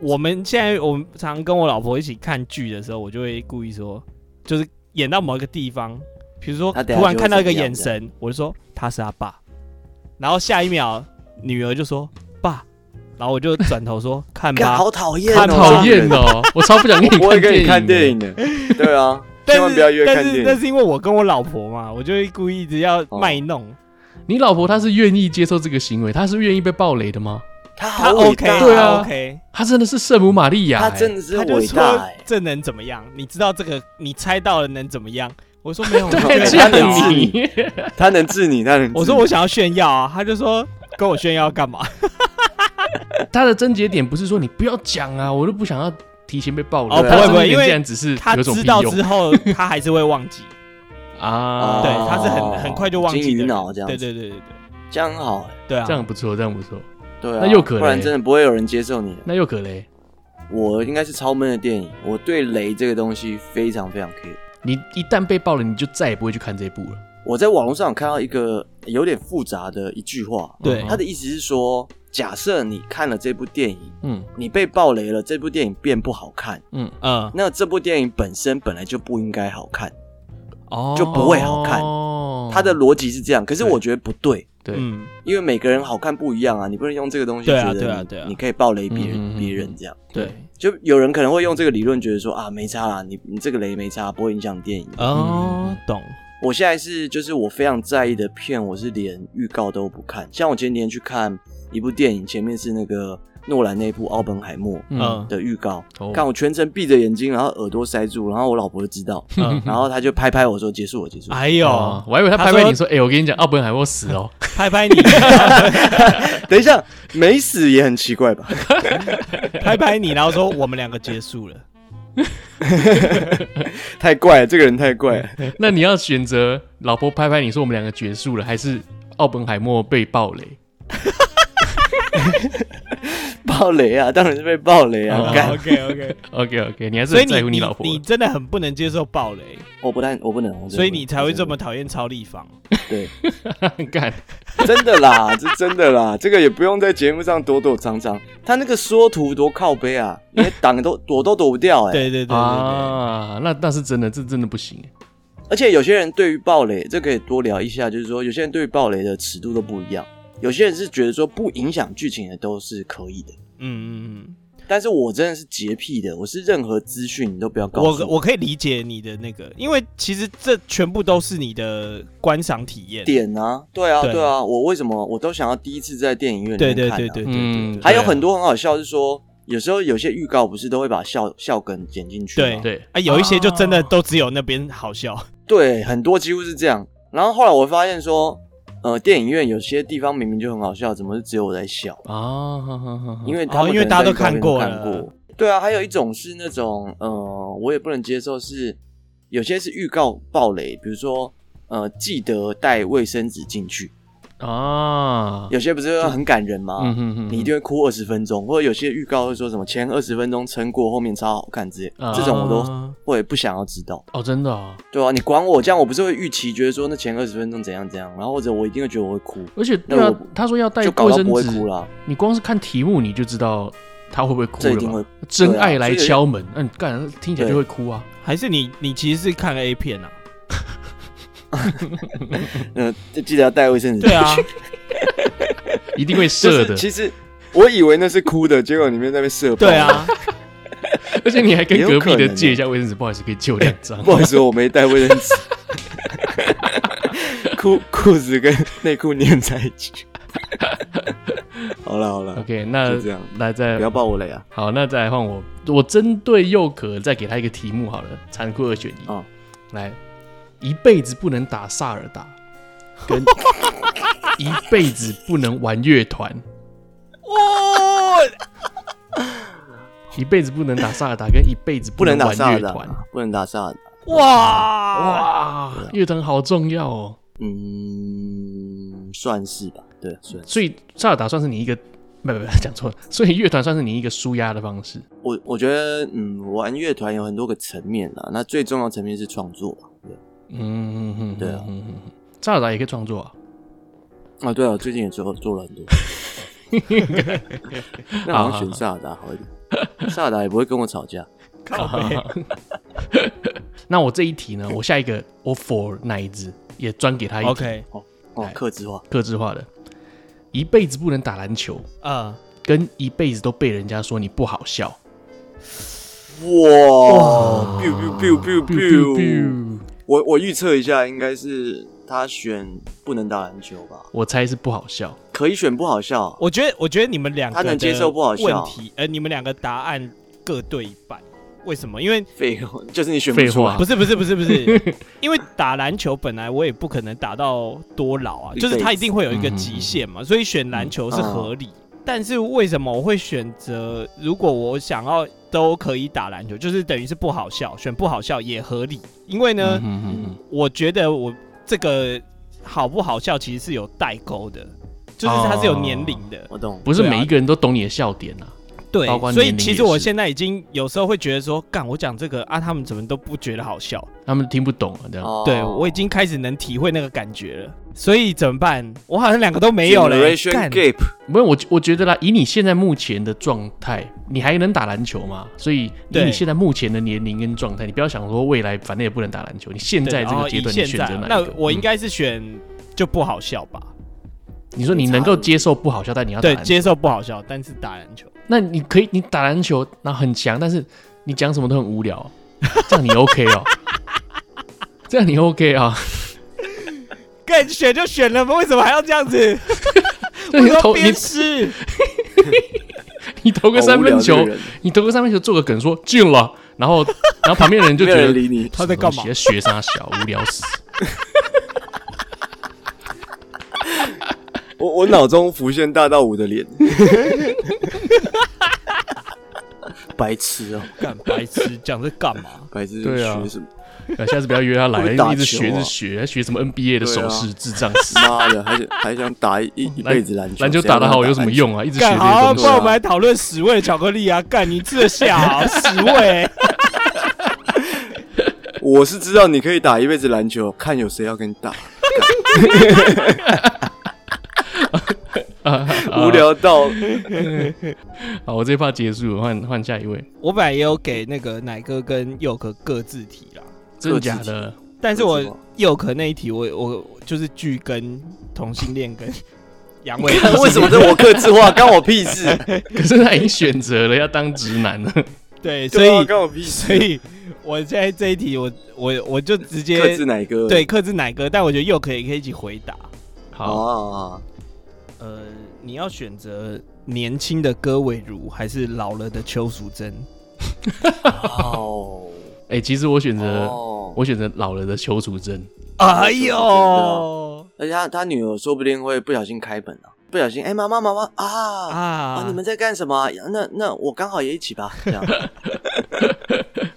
Speaker 2: 我们现在我们常跟我老婆一起看剧的时候，我就会故意说，就是演到某一个地方，比如说
Speaker 3: 她等下
Speaker 2: 突然看到一个
Speaker 3: 就会怎么样
Speaker 2: 眼神，我就说他是他爸，然后下一秒女儿就说爸，然后我就转头说看
Speaker 3: 干
Speaker 2: 吧，
Speaker 3: 好讨厌、哦，
Speaker 1: 好
Speaker 2: 看
Speaker 1: 讨
Speaker 3: 这
Speaker 1: 厌
Speaker 3: 种人，
Speaker 1: 哦！ 我超不想跟
Speaker 3: 我不会跟
Speaker 1: 你
Speaker 3: 你看
Speaker 1: 看
Speaker 3: 电
Speaker 1: 电影
Speaker 3: 影的。对啊，
Speaker 2: 但
Speaker 3: 千
Speaker 2: 是
Speaker 3: 万不要约看
Speaker 2: 但是
Speaker 3: 电
Speaker 2: 那
Speaker 3: 影。
Speaker 2: 是因为我跟我老婆嘛，我就会故意一直要
Speaker 3: 哦
Speaker 2: 卖弄。
Speaker 1: 的。你老婆她是愿意接受这个行为，她是愿意被暴雷的吗？
Speaker 3: 他
Speaker 2: 他
Speaker 3: 好伟
Speaker 2: OK，
Speaker 3: 大、哦
Speaker 1: 对啊
Speaker 2: 他，OK，
Speaker 1: 她真的是圣母玛利亚、
Speaker 3: 他
Speaker 1: 欸，
Speaker 3: 真的是
Speaker 2: 他就
Speaker 3: 伟
Speaker 2: 说
Speaker 3: 大、哎，
Speaker 2: 这能怎么样？你知道这个，你猜到了能怎么样？我说没 有，我觉
Speaker 1: 对
Speaker 2: 得
Speaker 1: 这
Speaker 3: 他
Speaker 1: 样
Speaker 2: 很好
Speaker 3: 能
Speaker 1: 你
Speaker 3: 他能治你，他能治你。
Speaker 2: 我说我想要炫耀啊，他就说跟我炫耀 干嘛？
Speaker 1: 他的症结点不是说你不要讲啊，我都不想要提前被暴雷。
Speaker 2: 哦
Speaker 3: 不会
Speaker 1: 他的
Speaker 2: 不
Speaker 1: 症
Speaker 2: 会
Speaker 1: 结点
Speaker 2: 因为
Speaker 1: 竟然只是
Speaker 2: 他
Speaker 1: 有种
Speaker 2: 知道
Speaker 1: 利用
Speaker 2: 之后，他还是会忘记，
Speaker 1: 啊，
Speaker 2: 对，他是
Speaker 3: 哦
Speaker 2: 很很快就忘记
Speaker 3: 金
Speaker 2: 的人。
Speaker 3: 鱼脑这样
Speaker 2: 对
Speaker 3: 子
Speaker 2: 对对对对
Speaker 3: 这样很好、哎
Speaker 2: 对啊，
Speaker 1: 这样不错，这样不错。
Speaker 3: 对啊，
Speaker 1: 那又可
Speaker 3: 不然
Speaker 1: 嘞
Speaker 3: 真的不会有人接受你的。
Speaker 1: 那又可雷，
Speaker 3: 我应该是超闷的电影，我对雷这个东西非常非常 care。
Speaker 1: 你一旦被爆了，你就再也不会去看这一部了。
Speaker 3: 我在网络上有看到一个有点复杂的一句话，
Speaker 2: 对
Speaker 1: 嗯
Speaker 3: 他的意思是说，假设你看了这部电影，
Speaker 1: 嗯
Speaker 3: 你被爆雷了，这部电影变不好看，
Speaker 1: 嗯，
Speaker 2: 嗯
Speaker 3: 那这部电影本身本来就不应该好看，
Speaker 1: 哦
Speaker 3: 嗯就不会好看
Speaker 1: 哦
Speaker 3: 他的逻辑是这样，可是
Speaker 1: 对
Speaker 3: 我觉得不对。
Speaker 1: 对，
Speaker 2: 嗯，
Speaker 3: 因为每个人好看不一样啊，你不能用这个东西
Speaker 2: 对啊
Speaker 3: 觉得
Speaker 2: 对啊
Speaker 3: 你
Speaker 2: 对啊
Speaker 3: 你可以爆雷别
Speaker 1: 嗯嗯
Speaker 3: 人
Speaker 1: 嗯
Speaker 3: 别人这样。
Speaker 1: 对，
Speaker 3: 就有人可能会用这个理论，觉得说啊没差啦，你你这个雷没差，不会影响电影。
Speaker 2: 哦，懂，
Speaker 3: 我现在是就是我非常在意的片，我是连预告都不看。像我前几天去看一部电影，前面是那个诺兰那部《奥本海默》
Speaker 1: 嗯
Speaker 2: 嗯
Speaker 3: 的预告，
Speaker 1: 哦
Speaker 3: 看我全程闭着眼睛，然后耳朵塞住，然后我老婆就知道，
Speaker 2: 嗯，
Speaker 3: 然后她就拍拍我说结束我结束我。
Speaker 2: 哎
Speaker 1: 哦
Speaker 2: 呦，
Speaker 1: 我还以为他
Speaker 2: 他
Speaker 1: 拍拍
Speaker 2: 说
Speaker 1: 你说，哎，我跟你讲，奥本海默死哦，
Speaker 2: 拍拍你，
Speaker 3: 等一下，没死也很奇怪吧？
Speaker 2: 拍拍你，然后说我们两个结束了，
Speaker 3: 太怪了，这个人太怪了。
Speaker 1: 那你要选择老婆拍拍你说我们两个结束了，还是奥本海默被暴雷？
Speaker 3: 爆雷啊，当然是被爆雷啊！
Speaker 1: 哦
Speaker 3: 干，
Speaker 2: OK OK，
Speaker 1: OK OK，你还是
Speaker 2: 所以
Speaker 1: 很
Speaker 2: 你
Speaker 1: 在乎
Speaker 2: 你
Speaker 1: 老婆
Speaker 2: 你
Speaker 1: 的。
Speaker 2: 真的很不能接受暴雷，
Speaker 3: 我不但我不能，我真的
Speaker 2: 所以
Speaker 3: 不能
Speaker 2: 你才会这么
Speaker 3: 我
Speaker 2: 讨厌超立方。
Speaker 3: 对，
Speaker 1: 干，
Speaker 3: 真的啦，是真的啦，这个也不用在节目上躲躲藏藏。他那个缩图多靠背啊， 连挡都躲都躲不掉哎、
Speaker 2: 对对对对对，
Speaker 1: 啊，那那是真的，这真的不行。
Speaker 3: 而且有些人对于暴雷，这可以多聊一下，就是说有些人对于暴雷的尺度都不一样。有些人是觉得说不影响剧情的都是可以的，
Speaker 2: 嗯嗯嗯。
Speaker 3: 但是我真的是洁癖的，我是任何资讯你都不要告
Speaker 2: 我
Speaker 3: 诉
Speaker 2: 我可以理解你的那个，因为其实这全部都是你的观赏体验。对
Speaker 3: 点啊，对啊，
Speaker 2: 对
Speaker 3: 对啊，我为什么我都想要第一次在电影院里
Speaker 2: 对
Speaker 3: 面看、
Speaker 2: 对
Speaker 3: 啊？
Speaker 2: 对对对
Speaker 1: 嗯
Speaker 2: 对，
Speaker 3: 还有
Speaker 1: 对啊
Speaker 3: 很多很好笑是说，有时候有些预告不是都会把笑笑梗剪进去吗？
Speaker 1: 对，
Speaker 2: 啊，有一些就真的都只有那边好笑。
Speaker 3: 对，很多几乎是这样。然后后来我发现说，呃，电影院有些地方明明就很好笑，怎么是只有我在笑？
Speaker 1: 啊，哈哈哈哈
Speaker 3: 因为他们、
Speaker 2: 哦因为大家都看
Speaker 3: 过
Speaker 2: 过
Speaker 3: 看
Speaker 2: 了
Speaker 3: 过。对啊，还有一种是那种呃，我也不能接受是，呃有些是预告暴雷，比如说呃，记得带卫生纸进去，
Speaker 1: 啊，
Speaker 3: 有些不是很感人吗？
Speaker 1: 嗯哼哼，
Speaker 3: 你一定会哭二十分钟，或者有些预告会说什么前二十分钟撑过，后面超好看之类，
Speaker 1: 啊
Speaker 3: 这种我都会不想要知道。
Speaker 1: 哦，真的哦，
Speaker 3: 对啊，你管我这样，我不是会预期觉得说那前二十分钟怎样怎样，然后或者我一定会觉得我会哭，
Speaker 1: 而且对
Speaker 3: 那
Speaker 1: 啊
Speaker 3: 我，
Speaker 1: 他说要带
Speaker 3: 就搞
Speaker 1: 卫
Speaker 3: 到
Speaker 1: 生
Speaker 3: 不会哭
Speaker 1: 纸，
Speaker 3: 啦。
Speaker 1: 你光是看题目你就知道他会不会哭
Speaker 3: 这一
Speaker 1: 了
Speaker 3: 定会
Speaker 1: 嘛。真
Speaker 3: 对啊
Speaker 1: 爱来
Speaker 3: 所以
Speaker 1: 敲门，嗯，干，听起来就会哭啊。
Speaker 2: 还是你你其实是看 A 片啊？
Speaker 3: 嗯，就记得要带卫生纸。
Speaker 2: 对，啊，
Speaker 1: 一定会
Speaker 3: 啊就
Speaker 1: 射
Speaker 3: 是
Speaker 1: 的，
Speaker 3: 其实我以为那是哭的，结果里面在那边 射。
Speaker 2: 对， 啊，
Speaker 1: 而且你还跟
Speaker 3: 也有
Speaker 1: 隔
Speaker 3: 可
Speaker 1: 壁的
Speaker 3: 能
Speaker 1: 借
Speaker 3: 欸
Speaker 1: 一下卫生纸，不好意思，可以借我两 张。
Speaker 3: 不好意思，我没带卫生纸， 裤裤子跟内裤粘在一起。 好了好了，
Speaker 1: OK，那
Speaker 3: 就这样
Speaker 1: 那再
Speaker 3: 不要爆我雷啊！
Speaker 1: 好，那再来换我，我针对佑可再给他一个题目好了，残酷二选一。
Speaker 3: 哦
Speaker 1: 来，一辈子不能打萨尔达， 跟一辈子不能玩乐团。
Speaker 2: 哇，
Speaker 1: 一辈子不能打萨尔达，跟一辈子
Speaker 3: 不能打
Speaker 1: 玩
Speaker 3: 萨
Speaker 1: 乐
Speaker 3: 尔达啊
Speaker 1: 团。，
Speaker 3: 不能打萨尔达。
Speaker 2: 哇哇，
Speaker 1: 哇，乐团好重要哦。
Speaker 3: 嗯，算是吧，对，算是。
Speaker 1: 所以萨尔达算是你一个，不不不，讲错了。所以乐团算是你一个舒压的方式。
Speaker 3: 我我觉得，嗯，玩乐团有很多个层面啦，那最重要的层面是创作吧。对
Speaker 1: 嗯，嗯嗯
Speaker 3: 对啊
Speaker 1: 嗯嗯嗯萨尔达也可以创作啊。
Speaker 3: 啊，对啊，我最近也做做了很 多。那好像选萨尔达好一点，萨尔达也不会跟我吵架。
Speaker 2: 靠背，
Speaker 1: 那我这一题呢，我下一个我 for 那一只也专给他一题
Speaker 2: OK，
Speaker 3: 哦，克制化，
Speaker 1: 克制化的，一辈子不能打篮球，
Speaker 2: 啊，
Speaker 1: 跟一辈子都被人家说你不好笑。
Speaker 3: 哇，biu biu biu
Speaker 1: 哔哔
Speaker 3: biu biu，
Speaker 1: 哔
Speaker 3: 我我预测一下，应该是他选不能打篮球吧？
Speaker 1: 我猜是不好笑。
Speaker 3: 可以选不好笑，
Speaker 2: 我觉得我觉得你们两个
Speaker 3: 他能接受不好笑
Speaker 2: 的问题，呃，你们两个答案各对一半，为什么？因为
Speaker 3: 废话，就是你选不
Speaker 1: 废
Speaker 3: 出
Speaker 1: 话
Speaker 3: 来
Speaker 2: 不。是不是不是 不是，因为打篮球本来我也不可能打到多老啊，
Speaker 3: 一
Speaker 2: 就是
Speaker 3: 辈
Speaker 2: 它
Speaker 3: 子
Speaker 2: 一定会有一个极限
Speaker 1: 嗯
Speaker 2: 嘛，所以选篮球是合理。但是为什么我会选择？如果我想要都可以打篮球，就是等于是不好笑，选不好笑也合理。因为呢，
Speaker 1: 嗯嗯嗯嗯
Speaker 2: 我觉得我这个好不好笑其实是有代沟的，就是它是有年龄的。
Speaker 3: 我懂，
Speaker 1: 不是
Speaker 2: 对啊
Speaker 1: 每一个人都懂你的笑点啊。
Speaker 2: 对
Speaker 1: 哦包括，
Speaker 2: 所以
Speaker 1: 年龄
Speaker 2: 其
Speaker 1: 也
Speaker 2: 实我
Speaker 1: 是
Speaker 2: 现在已经有时候会觉得说，干我讲这个啊，他们怎么都不觉得好笑？
Speaker 1: 他们听不懂啊，这样。
Speaker 3: 哦
Speaker 2: 对我已经开始能体会那个感觉了。所以怎么办？我好像两个都没有了、
Speaker 3: Generation
Speaker 2: 干
Speaker 3: gap，
Speaker 1: 没有，我觉我觉得啦，以你现在目前的状态，你还能打篮球吗？所以以
Speaker 2: 对
Speaker 1: 你现在目前的年龄跟状态，你不要想说未来反正也不能打篮球，你现
Speaker 2: 对
Speaker 1: 在这
Speaker 2: 然后
Speaker 1: 个阶
Speaker 2: 哦以
Speaker 1: 段你
Speaker 2: 现
Speaker 1: 选
Speaker 2: 在
Speaker 1: 择哪一个？
Speaker 2: 那我应
Speaker 1: 嗯、
Speaker 2: 该是选就不好笑吧？
Speaker 1: 你说你能够接受不好笑，但你要打
Speaker 2: 对，
Speaker 1: 篮球，
Speaker 2: 接受不好笑，但是打篮球。
Speaker 1: 那你可以你打篮球那很强，但是你讲什么都很无 聊，这样你 OK 哦？这样你 OK 啊？
Speaker 2: 干选就选了嘛，为什么还要这样子？
Speaker 1: 那你
Speaker 2: 我
Speaker 1: 投
Speaker 2: 说
Speaker 1: 你
Speaker 2: 鞭尸，
Speaker 1: 你投个三分
Speaker 3: 哦好无
Speaker 1: 球
Speaker 3: 聊这个人，
Speaker 1: 你投个三分球做个梗说进了，然后然后旁边的人就
Speaker 3: 没
Speaker 1: 觉
Speaker 3: 有
Speaker 1: 得
Speaker 3: 人理你。
Speaker 2: 他在干嘛
Speaker 1: 什么东西学啥小无聊死。
Speaker 3: 我我脑中浮现大道五的脸，白痴哦，
Speaker 2: 干白痴，讲这干嘛？
Speaker 3: 白痴
Speaker 1: 对啊
Speaker 3: 学什么？
Speaker 1: 啊，下次不要约他来，
Speaker 3: 会
Speaker 1: 因
Speaker 3: 打
Speaker 1: 为一直
Speaker 3: 球
Speaker 1: 学，一
Speaker 3: 啊
Speaker 1: 直学，他学什么 NBA 的手势，
Speaker 3: 对啊
Speaker 1: 智障死！
Speaker 3: 妈的，还想还想打一一辈子篮球，
Speaker 1: 篮球打得好有什么？用啊？一直学这
Speaker 2: 干
Speaker 1: 些
Speaker 2: 好啊，
Speaker 1: 东
Speaker 2: 不
Speaker 1: 西
Speaker 2: 然，我们来讨论屎味的巧克力啊！干你吃得下啊屎味？
Speaker 3: 我是知道你可以打一辈子篮球，看有谁要跟你打，
Speaker 1: 啊
Speaker 3: 无聊 到
Speaker 1: 啊 好，我这一趴结束，换换下一位，
Speaker 2: 我本来也有给那个奶哥跟佑哥各自提啦，
Speaker 1: 真的
Speaker 3: 各自
Speaker 1: 假
Speaker 3: 提
Speaker 1: 的？
Speaker 2: 但是
Speaker 3: 各自吧
Speaker 2: 我佑哥那一题我，我就是剧跟同性恋 跟阳痿，
Speaker 3: 为什么这我克制化，干我屁事？
Speaker 1: 可是他已经选择了要当直男了，
Speaker 2: 对，所
Speaker 3: 对啊
Speaker 2: 以
Speaker 3: 干我屁事？
Speaker 2: 所以我现在这一题我，我我就直
Speaker 3: 克
Speaker 2: 接
Speaker 3: 制哪个？
Speaker 2: 对克制奶哥，但我觉得佑哥也可以一起回答。
Speaker 1: 好，
Speaker 3: 啊，
Speaker 2: 呃，你要选择年轻的歌伟如还是老了的邱淑贞？
Speaker 3: 哦，
Speaker 1: 哎，其实我选择
Speaker 3: 哦，
Speaker 1: 我选择老了的邱淑贞，
Speaker 2: 哎
Speaker 3: 邱
Speaker 2: 呦
Speaker 3: 而且他他女儿说不定会不小心开本啊，不小心哎，妈妈妈妈啊
Speaker 2: 啊
Speaker 3: 啊！你们在干什么啊？那那我刚好也一起吧，这 样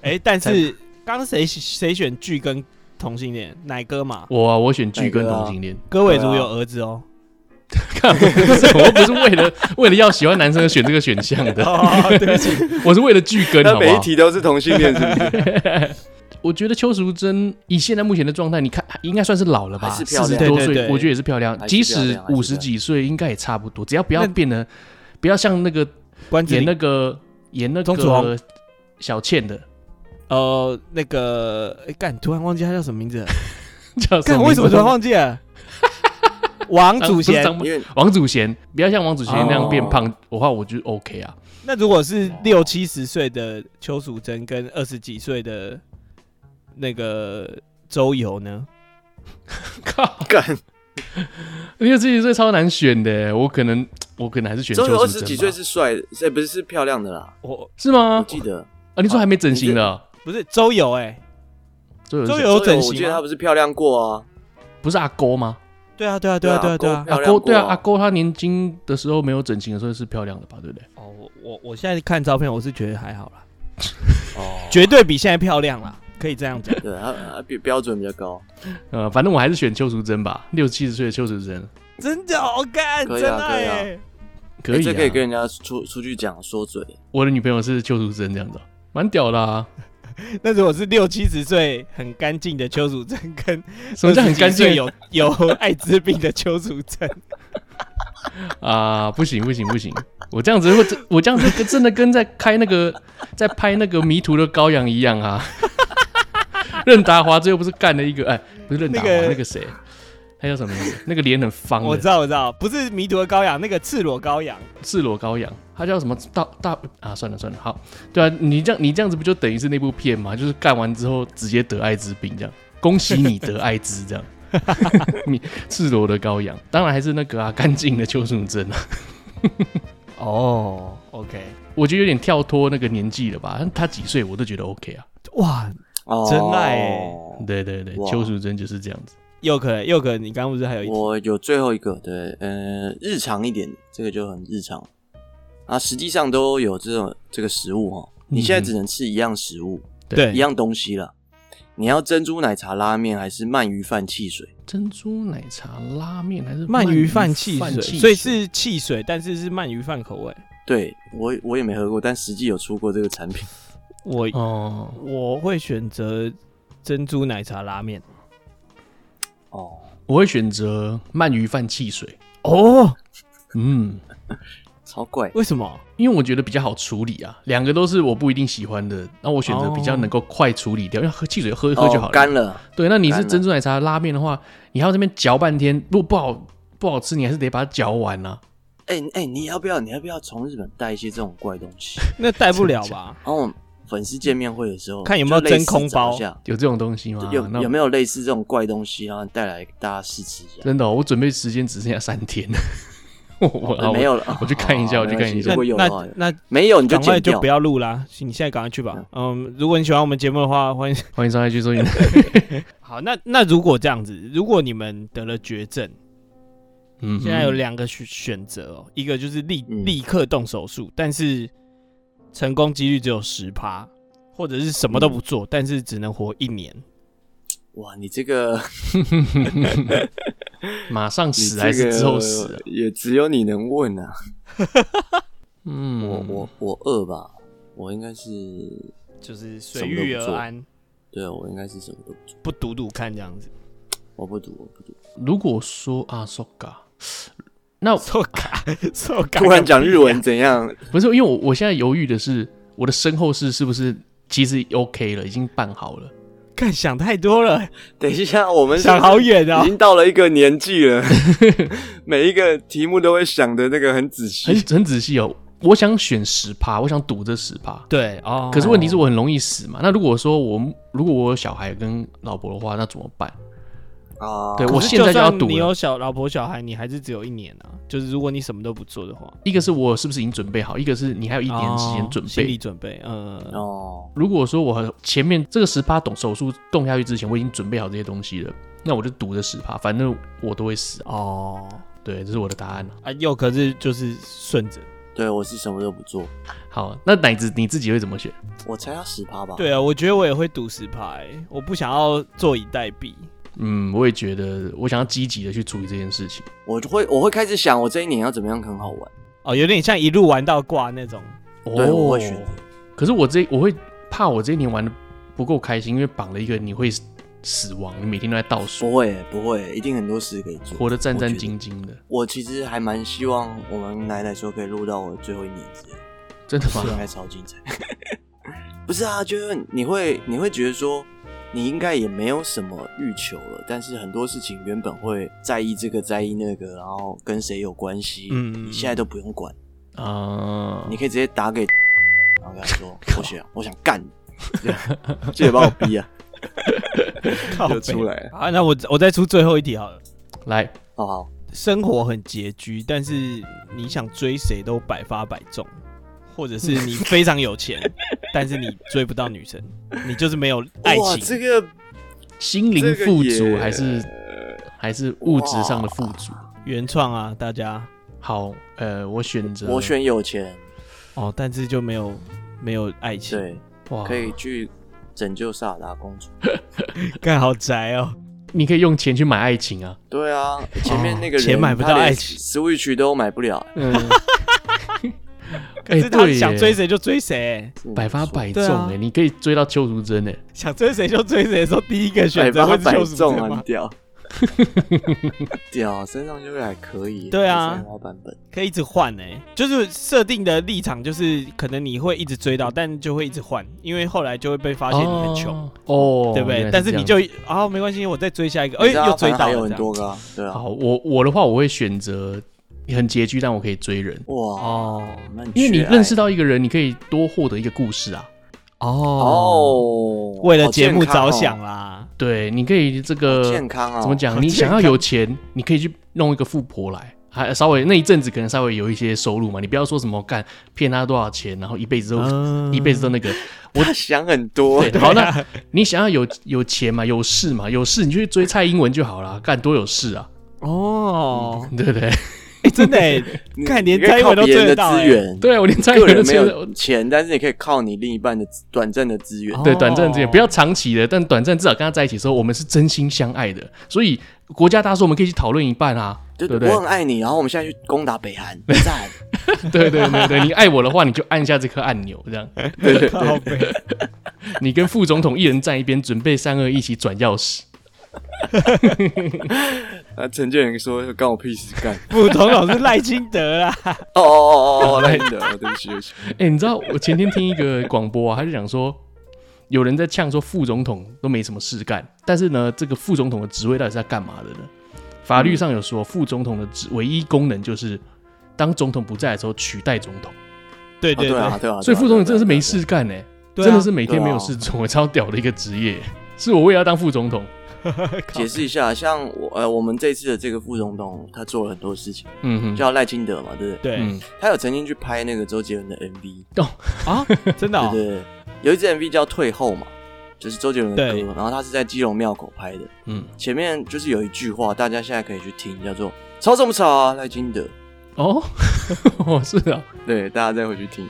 Speaker 2: 哎、但是刚刚谁谁选剧跟同性恋？奶哥嘛，
Speaker 1: 我啊我选巨
Speaker 3: 哪个
Speaker 1: 跟
Speaker 3: 啊
Speaker 1: 同性恋，
Speaker 2: 歌伟如
Speaker 3: 对啊
Speaker 2: 有儿子 哦。
Speaker 1: 看我不是为了为了要喜欢男生而选这个选项的，
Speaker 2: 哦，对不起，
Speaker 1: 我是为了巨跟，好不好？
Speaker 3: 都是同性恋，是不是？
Speaker 1: 我觉得邱淑贞以现在目前的状态，你看应该算是老了吧，
Speaker 3: 还是
Speaker 1: 四
Speaker 3: 漂亮
Speaker 1: 十多
Speaker 2: 对对
Speaker 1: 岁，
Speaker 2: 对
Speaker 1: 我觉得也是漂亮。
Speaker 3: 还是
Speaker 1: 即
Speaker 3: 漂亮
Speaker 1: 使
Speaker 3: 还是
Speaker 1: 五十
Speaker 3: 漂亮
Speaker 1: 几岁，应该也差不多，只要不要
Speaker 2: 那
Speaker 1: 变得，不要像那个
Speaker 2: 关子
Speaker 1: 演
Speaker 2: 岭
Speaker 1: 那个演那
Speaker 2: 钟楚
Speaker 1: 个
Speaker 2: 红
Speaker 1: 小倩的
Speaker 2: 呃那个，哎、干，突然忘记他叫什么名字 了，
Speaker 1: 叫什
Speaker 2: 干，
Speaker 1: 么名字？
Speaker 2: 为什么突然忘记了？ 啊王
Speaker 1: 张
Speaker 2: 祖
Speaker 1: 不是
Speaker 2: 贤。
Speaker 1: 张
Speaker 3: 因为
Speaker 1: 王祖贤，不要像王祖贤那样变
Speaker 3: 哦
Speaker 1: 胖的话，我就 OK 啊。
Speaker 2: 那如果是六七十岁的邱淑贞跟二十几岁的那个周游呢？
Speaker 1: 靠，
Speaker 3: 干
Speaker 1: 因为自己岁超难选的，我可能我可能还是选
Speaker 3: 周
Speaker 1: 邱
Speaker 3: 游二
Speaker 1: 淑
Speaker 3: 十几
Speaker 1: 贞吧。
Speaker 3: 岁是帅的，啊哎是不是是漂亮的啦？
Speaker 2: 我
Speaker 1: 是
Speaker 3: 我
Speaker 1: 吗？
Speaker 3: 记得
Speaker 1: 啊，你说还没整形
Speaker 3: 你这
Speaker 1: 的哦？
Speaker 2: 不是周游哎、
Speaker 1: 周游
Speaker 2: 周
Speaker 1: 是
Speaker 2: 游有整
Speaker 3: 我
Speaker 2: 形
Speaker 3: 记得
Speaker 2: 吗
Speaker 3: 她不是漂亮过啊，
Speaker 1: 不是阿勾吗？
Speaker 2: 对啊，对啊，对啊，对啊，对啊。
Speaker 1: 阿
Speaker 3: 漂亮
Speaker 1: 勾
Speaker 3: 过
Speaker 1: 对啊，
Speaker 3: 啊
Speaker 1: 阿勾他年轻的时候没有整形的时候是漂亮的吧？对不对？
Speaker 2: 哦，我我我现在看照片，我是觉得还好啦，
Speaker 3: 哦，。
Speaker 2: 绝对比现在漂亮啦，可以这样讲
Speaker 3: 对，他他标标准比较高，
Speaker 1: 呃，反正我还是选邱淑贞吧，六七十岁的邱淑贞
Speaker 2: 真的好看，
Speaker 3: 可以啊
Speaker 2: 真爱
Speaker 3: 可以啊
Speaker 2: 耶！
Speaker 1: 可以、啊
Speaker 3: 这可以跟人家出出去讲说嘴，
Speaker 1: 我的女朋友是邱淑贞这样子哦，蛮屌的 啊。
Speaker 2: 那如果是六七十岁很干净的邱淑贞，跟
Speaker 1: 什么叫很干
Speaker 2: 20几岁
Speaker 1: 净
Speaker 2: 有有 艾滋病的邱淑贞，
Speaker 1: 啊、不行不行不行，我这样子会真，我这样子跟真的跟在开那个在拍那个迷途的羔羊一样啊。 任达华最后不是干了一个，哎，不是任达华，
Speaker 2: 那个
Speaker 1: 那个谁，他叫什么名字？那个脸很方
Speaker 2: 我
Speaker 1: 的
Speaker 2: 知道我知道，不是迷途的羔羊，那个赤裸羔羊，
Speaker 1: 赤裸羔羊，他叫什么大大啊？算了算了，好，对啊，你这样你这样子不就等于是那部片吗？就是干完之后直接得艾滋病这样，恭喜你得艾滋 这样。 你赤裸的羔羊，当然还是那个啊，干净的邱淑贞啊。
Speaker 2: 哦，OK，
Speaker 1: 我觉得有点跳脱那个年纪了吧？他几岁我都觉得 OK 啊。
Speaker 2: 哇，
Speaker 3: 哦，
Speaker 2: 真爱欸
Speaker 1: 对对对，
Speaker 3: 哇
Speaker 1: 邱淑贞就是这样子。
Speaker 2: 又可又可，你刚刚不是还有一题
Speaker 3: 我有最后一个，对，呃，日常一点，这个就很日常啊。实际上都有这种这个食物哦，你
Speaker 2: 嗯
Speaker 3: 现在只能吃一样食物，
Speaker 2: 对
Speaker 3: 一样东西了。你要珍珠奶茶拉面还是鳗鱼饭汽水？
Speaker 1: 珍珠奶茶、拉面还是
Speaker 2: 鳗鱼饭汽
Speaker 1: 饭
Speaker 2: 水，
Speaker 1: 汽
Speaker 2: 所以是汽水，但是是鳗鱼饭口味。
Speaker 3: 对我我也没喝过，但实际有出过这个产品。
Speaker 2: 我、
Speaker 1: 哦，
Speaker 2: 我会选择珍珠奶茶拉面。
Speaker 3: 哦，
Speaker 1: 我会选择鳗鱼饭汽水。
Speaker 2: 哦，
Speaker 1: 嗯，
Speaker 3: 超怪
Speaker 2: 为什么？
Speaker 1: 因为我觉得比较好处理啊，两个都是我不一定喜欢的，那我选择比较能够快处理掉，因为喝汽水喝一喝就好
Speaker 3: 哦，干
Speaker 1: 了。
Speaker 3: 了，
Speaker 1: 对，那你是
Speaker 3: 干了
Speaker 1: 珍珠奶茶、拉面的话，你还要这边嚼半天，如果不好不好吃，你还是得把它嚼完啊。
Speaker 3: 哎、哎、你要不要你要不要从日本带一些这种怪东 西？
Speaker 2: 那带不了 吧？
Speaker 3: 然后我们粉丝见面会的时候，
Speaker 2: 看有没有
Speaker 3: 就类似
Speaker 2: 真空包
Speaker 3: 找一下
Speaker 1: 有这种东西吗？
Speaker 3: 有
Speaker 1: 啊那
Speaker 3: 有没有类似这种怪东西，然后带来给大家试吃一 下？
Speaker 1: 真的哦、我准备时间只剩下三天。 我我啊
Speaker 3: 呃
Speaker 1: 我
Speaker 3: 没有了，
Speaker 1: 我去看一下
Speaker 3: 哦
Speaker 1: 我去看一下
Speaker 3: 没关系如果有
Speaker 2: 那
Speaker 3: 的话，
Speaker 2: 那
Speaker 3: 没有你就
Speaker 2: 赶快就
Speaker 3: 剪掉
Speaker 2: 不。要录啦！你现在赶快去吧。嗯，如果你喜欢我们节目的话，欢迎。
Speaker 1: 欢迎上来去收听。
Speaker 2: 好，那那如果这样子，如果你们得了绝症，
Speaker 1: 嗯，
Speaker 2: 现在有两个选选择哦，一个就是立
Speaker 3: 嗯
Speaker 2: 立刻动手术，但是成功几率只有十趴，或者是什么都不
Speaker 1: 嗯
Speaker 2: 做，但是只能活一年。
Speaker 3: 哇，你这个
Speaker 1: 马上
Speaker 3: 你
Speaker 1: 死
Speaker 3: 这
Speaker 1: 还是
Speaker 3: 个
Speaker 1: 之后死啊？
Speaker 3: 也只有你能问啊。
Speaker 1: 嗯，
Speaker 3: 我我我饿吧，我应该是，
Speaker 2: 就是随
Speaker 3: 什么都
Speaker 2: 遇
Speaker 3: 不
Speaker 2: 而
Speaker 3: 做
Speaker 2: 安，
Speaker 3: 对啊我应该是什么都不做，
Speaker 2: 不赌赌看这样子。
Speaker 3: 我不读，我不读。
Speaker 1: 如果说啊，so ga，那
Speaker 2: 受卡，受卡，
Speaker 3: 突然讲日文怎样？
Speaker 1: 不是因为我我现在犹豫的是我的身后事是不是其实 OK 了，已经办好了。
Speaker 2: 干，想太多了，
Speaker 3: 等一下，我们是
Speaker 2: 想好远
Speaker 3: 已
Speaker 2: 哦。
Speaker 3: 经到了一个年纪了， 每一个题目都会想的那个很仔
Speaker 1: 很
Speaker 3: 细。
Speaker 1: 很仔细哦，我想选十趴，我想赌这十趴。
Speaker 2: 对哦，
Speaker 1: 可是问题是我很容易死嘛？那如果说我如果我有小孩跟老婆的话，那怎么办？
Speaker 3: 啊，
Speaker 1: 对
Speaker 2: 可
Speaker 1: 我
Speaker 2: 是
Speaker 1: 现在就要
Speaker 2: 算
Speaker 1: 赌
Speaker 2: 你
Speaker 1: 了
Speaker 2: 有小老婆小孩，你还是只有一年啊。就是如果你什么都不做的话，
Speaker 1: 一个是我是不是已经准备好，一个是你还有一年时间
Speaker 2: 哦
Speaker 1: 准
Speaker 2: 心
Speaker 1: 备
Speaker 2: 理。准备，呃，
Speaker 3: 哦，
Speaker 1: 如果说我前面这个十趴动手术动下去之前，我已经准备好这些东西了，那我就赌这十趴，反正我都会死啊。
Speaker 2: 哦，
Speaker 1: 对，这是我的答案啊
Speaker 2: 啊，又可是就是顺着。
Speaker 3: 对我是什么都不做，
Speaker 1: 好，那奶子你自己会怎么选？
Speaker 3: 我猜他十趴吧。
Speaker 2: 对啊，我觉得我也会赌十牌，我不想要坐以待毙。
Speaker 1: 嗯，我也觉得我想要积极的去处理这件事情。
Speaker 3: 我就会我会开始想，我这一年要怎么样很好玩。
Speaker 2: 哦，有点像一路玩到挂那种。
Speaker 3: 对我会选
Speaker 1: 可是我这我会怕我这一年玩的不够开心，因为绑了一个你会死亡，你每天都在倒数，
Speaker 3: 不会欸不会，一定很多事可以做。
Speaker 1: 活得战战
Speaker 3: 我觉得
Speaker 1: 兢兢的，
Speaker 3: 我其实还蛮希望我们奶奶说可以录到我最后一年之类的，
Speaker 1: 真的
Speaker 3: 应
Speaker 2: 啊
Speaker 1: 吗？
Speaker 3: 该超精彩。 不是啊，就是你会你会觉得说，你应该也没有什么欲求了，但是很多事情原本会在意这个在意那个，然后跟谁有关系，
Speaker 2: 嗯
Speaker 3: 你现在都不用管，
Speaker 1: 啊、
Speaker 3: 你可以直接打给，然后跟他 说，我想我想干你， 这也把我逼啊，
Speaker 2: 靠
Speaker 3: 就
Speaker 2: 北
Speaker 3: 出来了。
Speaker 2: 好，那我我再出最后一题好了。
Speaker 1: 来，
Speaker 3: 好好，
Speaker 2: 生活很拮据，但是你想追谁都百发百中，或者是你非常有 钱，但是你追不到女生，你就是没有爱
Speaker 3: 哇
Speaker 2: 情。
Speaker 3: 这个
Speaker 1: 心灵
Speaker 3: 这个
Speaker 1: 富
Speaker 3: 也
Speaker 1: 足还是还是物质上的富足？
Speaker 2: 原创啊，大家
Speaker 1: 好，呃，我选择
Speaker 3: 我选有钱，
Speaker 2: 哦，但是就没有没有爱情，
Speaker 3: 对，
Speaker 1: 哇，
Speaker 3: 可以去拯救萨尔达公主。
Speaker 2: 干好宅哦，
Speaker 1: 你可以用钱去买爱情啊。
Speaker 3: 对啊，前面那个人
Speaker 2: 钱买不到爱情
Speaker 3: ，Switch 都买不了，
Speaker 1: 嗯，
Speaker 2: 可
Speaker 1: 哎、
Speaker 2: 是他
Speaker 1: 对耶，
Speaker 2: 想追谁就追谁，欸
Speaker 1: 百发百中
Speaker 2: 对啊
Speaker 1: 哎、你可以追到邱淑贞哎、
Speaker 2: 想追谁就追谁的时候，第一个
Speaker 3: 百
Speaker 2: 选择
Speaker 3: 发
Speaker 2: 会是
Speaker 3: 百
Speaker 2: 邱淑
Speaker 3: 中
Speaker 2: 贞
Speaker 3: 啊，
Speaker 2: 吗
Speaker 3: 你？ 屌，屌，身上就会还可以。
Speaker 2: 对啊
Speaker 3: 三花版本，
Speaker 2: 可以一直换哎、就是设定的立场就是可能你会一直追到，但就会一直换，因为后来就会被发现你很穷，
Speaker 1: 哦，
Speaker 2: 对不
Speaker 1: 原
Speaker 2: 对？
Speaker 1: 来
Speaker 2: 但是
Speaker 1: 这
Speaker 2: 你
Speaker 1: 样
Speaker 2: 就啊、没关系，我再追下一个，
Speaker 3: 你
Speaker 2: 哎、
Speaker 3: 知道
Speaker 2: 又追
Speaker 3: 反正
Speaker 2: 到
Speaker 3: 还
Speaker 2: 了
Speaker 3: 有
Speaker 2: 这
Speaker 3: 很
Speaker 2: 样。
Speaker 3: 多个啊，对啊，
Speaker 1: 好，我我的话我会选择很拮据，但我可以追人，
Speaker 3: 哇，
Speaker 2: 哦
Speaker 3: 那
Speaker 1: 因为你
Speaker 3: 缺爱
Speaker 1: 认识到一个人，你可以多获得一个故事啊。
Speaker 2: 哦，
Speaker 3: 哦，
Speaker 2: 为了
Speaker 3: 好
Speaker 2: 节
Speaker 3: 健
Speaker 2: 目
Speaker 3: 康
Speaker 2: 着
Speaker 3: 哦
Speaker 2: 想呃啦，
Speaker 1: 对，你可以这个
Speaker 3: 健康啊，
Speaker 1: 怎么？ 讲？
Speaker 2: 好
Speaker 1: 你想要
Speaker 2: 健康
Speaker 1: 有钱，你可以去弄一个富婆来，还稍微那一阵子可能稍微有一些收入嘛。你不要说什么干骗他多少钱，然后一辈子都、
Speaker 2: 嗯
Speaker 1: 一辈子都那个。
Speaker 3: 我想很多，
Speaker 1: 对，好， 那你想要有有钱嘛，有势嘛，有势你就去追蔡英文就好啦，干多有势啊，
Speaker 2: 哦，
Speaker 1: 对不对？
Speaker 2: 哎真的哎，
Speaker 3: 你
Speaker 2: 看
Speaker 3: 你
Speaker 2: 连
Speaker 3: 可
Speaker 2: 蔡
Speaker 3: 以
Speaker 2: 英文
Speaker 3: 靠
Speaker 2: 都
Speaker 3: 别
Speaker 2: 追
Speaker 3: 人
Speaker 2: 得
Speaker 3: 的
Speaker 2: 到
Speaker 3: 资
Speaker 2: 哎，
Speaker 3: 源，
Speaker 1: 对我连蔡英
Speaker 3: 个
Speaker 1: 文都
Speaker 3: 人没
Speaker 1: 追得
Speaker 3: 有钱，但是你可以靠你另一半的资短暂的资源。
Speaker 1: 对，短暂之间
Speaker 2: 哦
Speaker 1: 不要长期的，但短暂至少跟他在一起的时候，我们是真心相爱的。所以国家大事我们可以去讨论一半啊，对
Speaker 3: 对
Speaker 1: 不
Speaker 3: 对，
Speaker 1: 对
Speaker 3: 我？很爱你，然后我们现在去攻打北 韩，赞！
Speaker 1: 对对对对，你爱我的话，你就按下这颗按钮，这样。
Speaker 3: 对对对，
Speaker 2: 靠北
Speaker 1: 你跟副总统一人站一边，准备三二一起转钥匙。
Speaker 3: 那陈建仁说干我屁事干。
Speaker 2: 副总统是赖清德 啦，
Speaker 3: 哦哦哦哦哦，赖的， 对不起对不起。
Speaker 1: 哎、你知道我前天听一个广播啊，他就讲说，有人在呛说副总统都没什么事干，但是呢，这个副总统的职位到底是在干嘛的呢？法律上有说，副总统的职唯一功能就是当总统不在的时候取代总统，
Speaker 2: 对
Speaker 3: 哦对啊
Speaker 2: 对，
Speaker 3: 对啊，
Speaker 1: 所以副总统
Speaker 3: 统
Speaker 1: 真的是没事干哎、
Speaker 2: 对啊
Speaker 1: 真的是每天没有事做，超屌的一个职业。是我为了要当副总统，
Speaker 3: 解释一下，像我呃，我们这次的这个副总统，他做了很多事情，
Speaker 1: 嗯哼，
Speaker 3: 叫赖清德嘛，对不对？
Speaker 2: 对
Speaker 1: 嗯，
Speaker 3: 他有曾经去拍那个周杰伦的 MV，
Speaker 2: 啊， 真的
Speaker 3: 对
Speaker 2: 哦
Speaker 3: 对对，有一支 MV 叫《退后》嘛，就是周杰伦的歌
Speaker 2: 对，
Speaker 3: 然后他是在基隆庙口拍的。
Speaker 1: 嗯，
Speaker 3: 前面就是有一句话，大家现在可以去听，叫做“吵什么吵啊，赖清德
Speaker 1: 哦， 哦，是啊，”。
Speaker 3: 对，大家再回去 听，“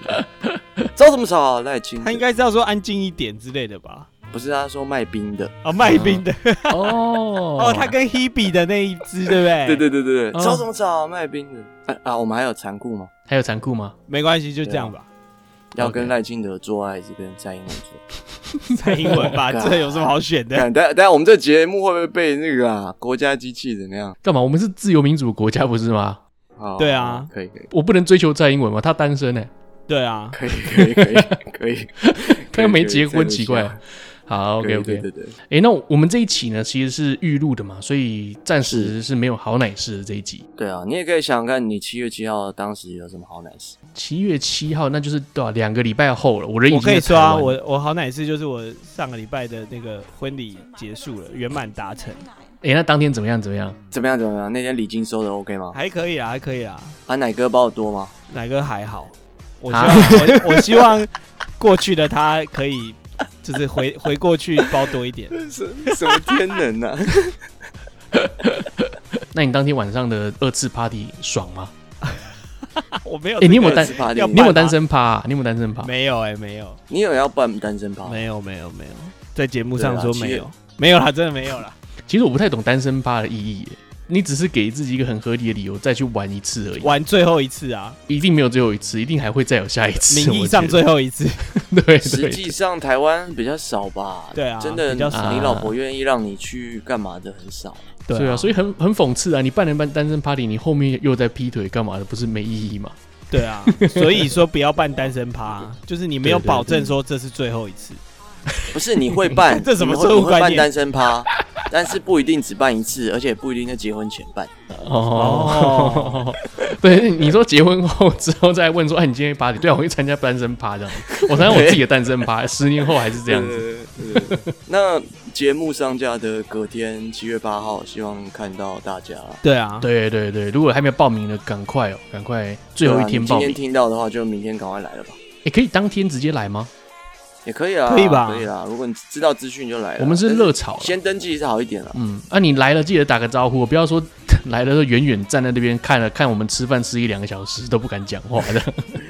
Speaker 3: 吵什么吵啊，赖清德”。
Speaker 2: 他应该是要说安静一点之类的吧？
Speaker 3: 不是他说卖冰的，
Speaker 2: 哦，卖冰的，
Speaker 1: 哦，
Speaker 2: 哦，他跟 Hebe 的那一只，对不对？
Speaker 3: 对对对对对，
Speaker 1: 嗯
Speaker 3: 吵什么吵啊，卖冰的。啊啊，我们还有残酷吗？
Speaker 1: 还有残酷吗？
Speaker 2: 没关系，就这样吧。
Speaker 3: 要
Speaker 1: OK
Speaker 3: 跟赖清德做爱，还是跟蔡英文做？
Speaker 2: 蔡英文吧，
Speaker 3: God
Speaker 2: 这有什么好选的？
Speaker 3: 看，等下等下，我们这节目会不会被那个啊国家机器怎么样？
Speaker 1: 干嘛？我们是自由民主国家不是吗？
Speaker 3: 好，
Speaker 2: 对啊
Speaker 3: 可以可以
Speaker 1: 我不能追求蔡英文吗？他单身呢、欸
Speaker 2: 对啊，
Speaker 3: 可以可以可以可以，
Speaker 1: 他又没结婚，奇怪。好
Speaker 3: 可以
Speaker 1: ，OK
Speaker 3: 可以
Speaker 1: OK，
Speaker 3: 对
Speaker 1: 哎
Speaker 3: 对对，对、
Speaker 1: 诶那我们这一期呢，其实是预录的嘛，所以暂时是没有好奶事的这一集。
Speaker 3: 对啊，你也可以想想看，你七月七号当时有什么好奶事？
Speaker 1: 七月七号，那就是对吧、啊两个礼拜后了，我人已
Speaker 2: 我
Speaker 1: 经
Speaker 2: 可
Speaker 1: 在
Speaker 2: 以
Speaker 1: 台
Speaker 2: 说啊，
Speaker 1: 湾。
Speaker 2: 我我好奶是就是我上个礼拜的那个婚礼结束了，圆满达成，
Speaker 1: 哎、那当天怎么样？怎么样？
Speaker 3: 怎么样怎么样？那天礼金收的 OK 吗？
Speaker 2: 还可以啦，还可以啦。
Speaker 3: 啊，奶哥包的多吗？
Speaker 2: 奶哥还好，我希
Speaker 1: 啊
Speaker 2: 望我我希望过去的他可以就是回回过去包多一点。
Speaker 3: 什什么天能啊？
Speaker 1: 那你当天晚上的二次 party 爽吗？
Speaker 2: 我没有
Speaker 1: 哎、
Speaker 2: 这个，
Speaker 1: 你有没有单？
Speaker 3: 单
Speaker 2: 要
Speaker 1: 你有没有
Speaker 2: 办
Speaker 1: 单
Speaker 2: 吗
Speaker 1: 身趴、啊？你有没有单身趴？
Speaker 2: 没有哎，没有，
Speaker 3: 你有要办单身趴？
Speaker 2: 没有，没有，没有，在节目上
Speaker 3: 对啊
Speaker 2: 说
Speaker 3: 其实
Speaker 2: 没有，没有啦，真的没有啦。
Speaker 1: 其实我不太懂单身趴的意义耶。你只是给自己一个很合理的理由再去玩一次而已，
Speaker 2: 玩最后一次啊，
Speaker 1: 一定没有最后一次，一定还会再有下一次。
Speaker 2: 名义
Speaker 1: 我觉
Speaker 2: 上
Speaker 1: 得
Speaker 2: 最后一次，
Speaker 1: 对
Speaker 3: 实
Speaker 1: 对
Speaker 3: 际上台湾比较少吧？
Speaker 2: 对啊
Speaker 3: 真的，
Speaker 2: 比较少
Speaker 3: 你老婆愿意让你去干嘛的很少。
Speaker 1: 对啊，所
Speaker 2: 以
Speaker 1: 以很很讽刺啊！你办了办单身 party，你后面又在劈腿干嘛的？不是没意义吗？
Speaker 2: 对啊，所以说不要办单身 趴，就是你没有
Speaker 1: 对对
Speaker 2: 保证说这是最后一次，
Speaker 3: 不是你会办
Speaker 2: ，这什么
Speaker 3: 你会
Speaker 2: 错误
Speaker 3: 你会
Speaker 2: 观
Speaker 3: 办
Speaker 2: 念
Speaker 3: 单身趴，但是不一定只办一次，而且不一定在结婚前办。
Speaker 1: 哦，对，你说结婚后之后再问说，哎，你今天 party？对啊，我去参加单身趴这样。 我参加我自己的单身趴，十年后还是这样子。
Speaker 3: 子。那节目上架的隔天七月八号，希望看到大家。
Speaker 1: 哦
Speaker 2: 对啊，
Speaker 1: 对对对，如果还没有报名的，赶快哦，赶快最后一
Speaker 3: 对啊
Speaker 1: 天
Speaker 3: 你
Speaker 1: 报
Speaker 3: 今
Speaker 1: 名
Speaker 3: 天。听到的话，就明天赶快来了吧。
Speaker 1: 哎，可以当天直接来吗？
Speaker 3: 也可以啊，
Speaker 2: 可以吧
Speaker 3: 可以啦，如果你知道资讯就来了。啊
Speaker 1: 我们是
Speaker 3: 但
Speaker 1: 热
Speaker 2: 啊
Speaker 1: 炒啦，
Speaker 3: 先登记是好一点了。
Speaker 1: 嗯，啊，你来了记得打个招呼，不要说 来了就远远站在那边看了看我们吃饭吃一两个小时都不敢讲话的。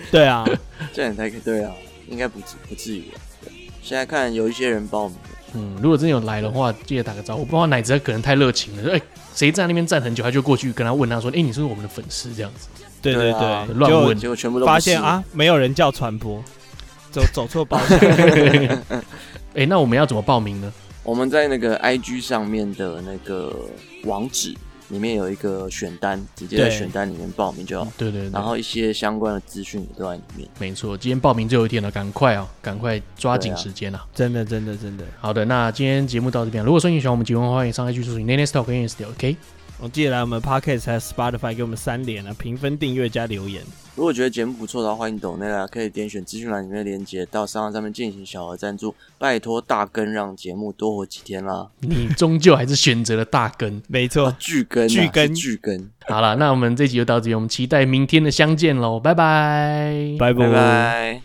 Speaker 2: 对啊，
Speaker 3: 这样才可以对啊，应该不至不至于啊。对现在看有一些人报名了，
Speaker 1: 嗯，如果真的有来的话，记得打个招呼，不然奶子可能太热情了，说哎、谁站那边站很久，他就过去跟他问他说，哎、你是不是我们的粉丝这样子。
Speaker 2: 对
Speaker 3: 对啊
Speaker 2: 对，
Speaker 1: 乱
Speaker 2: 就
Speaker 1: 问
Speaker 3: 结果全部都不
Speaker 2: 发现
Speaker 3: 是，
Speaker 2: 啊，没有人叫传播，走走错包厢。
Speaker 1: 哎、那我们要怎么报名呢？
Speaker 3: 我们在那个 IG 上面的那个网址里面有一个选单，直接在
Speaker 2: 对
Speaker 3: 选单里面报名就好。
Speaker 1: 对对对
Speaker 3: 哦然，后一些相关的资讯也都在里面。
Speaker 1: 没错，今天报名最后一天了，赶快啊，赶快抓紧
Speaker 3: 对啊啊
Speaker 1: 时间啊。
Speaker 2: 真的，真的，真的，
Speaker 1: 好的，那今天节目到这边。如果说你喜欢我们节目，欢迎上 IG 搜寻 n a n e s Talk n s t OK。
Speaker 2: 我记得来我们 Podcast 还有 Spotify 给我们三连啊，评分、订阅加留言。
Speaker 3: 如果觉得节目不错的话，欢迎抖内啦，可以点选资讯栏里面的链接到商号上面进行小额赞助，拜托大更让节目多活几天啦，
Speaker 1: 你终究还是选择了大根。
Speaker 2: 没错，
Speaker 3: 巨更、啊，
Speaker 2: 巨更
Speaker 3: 是巨更，
Speaker 1: 好了，那我们这集就到这边，我们期待明天的相见喽，拜拜，
Speaker 2: 拜拜
Speaker 3: 拜拜。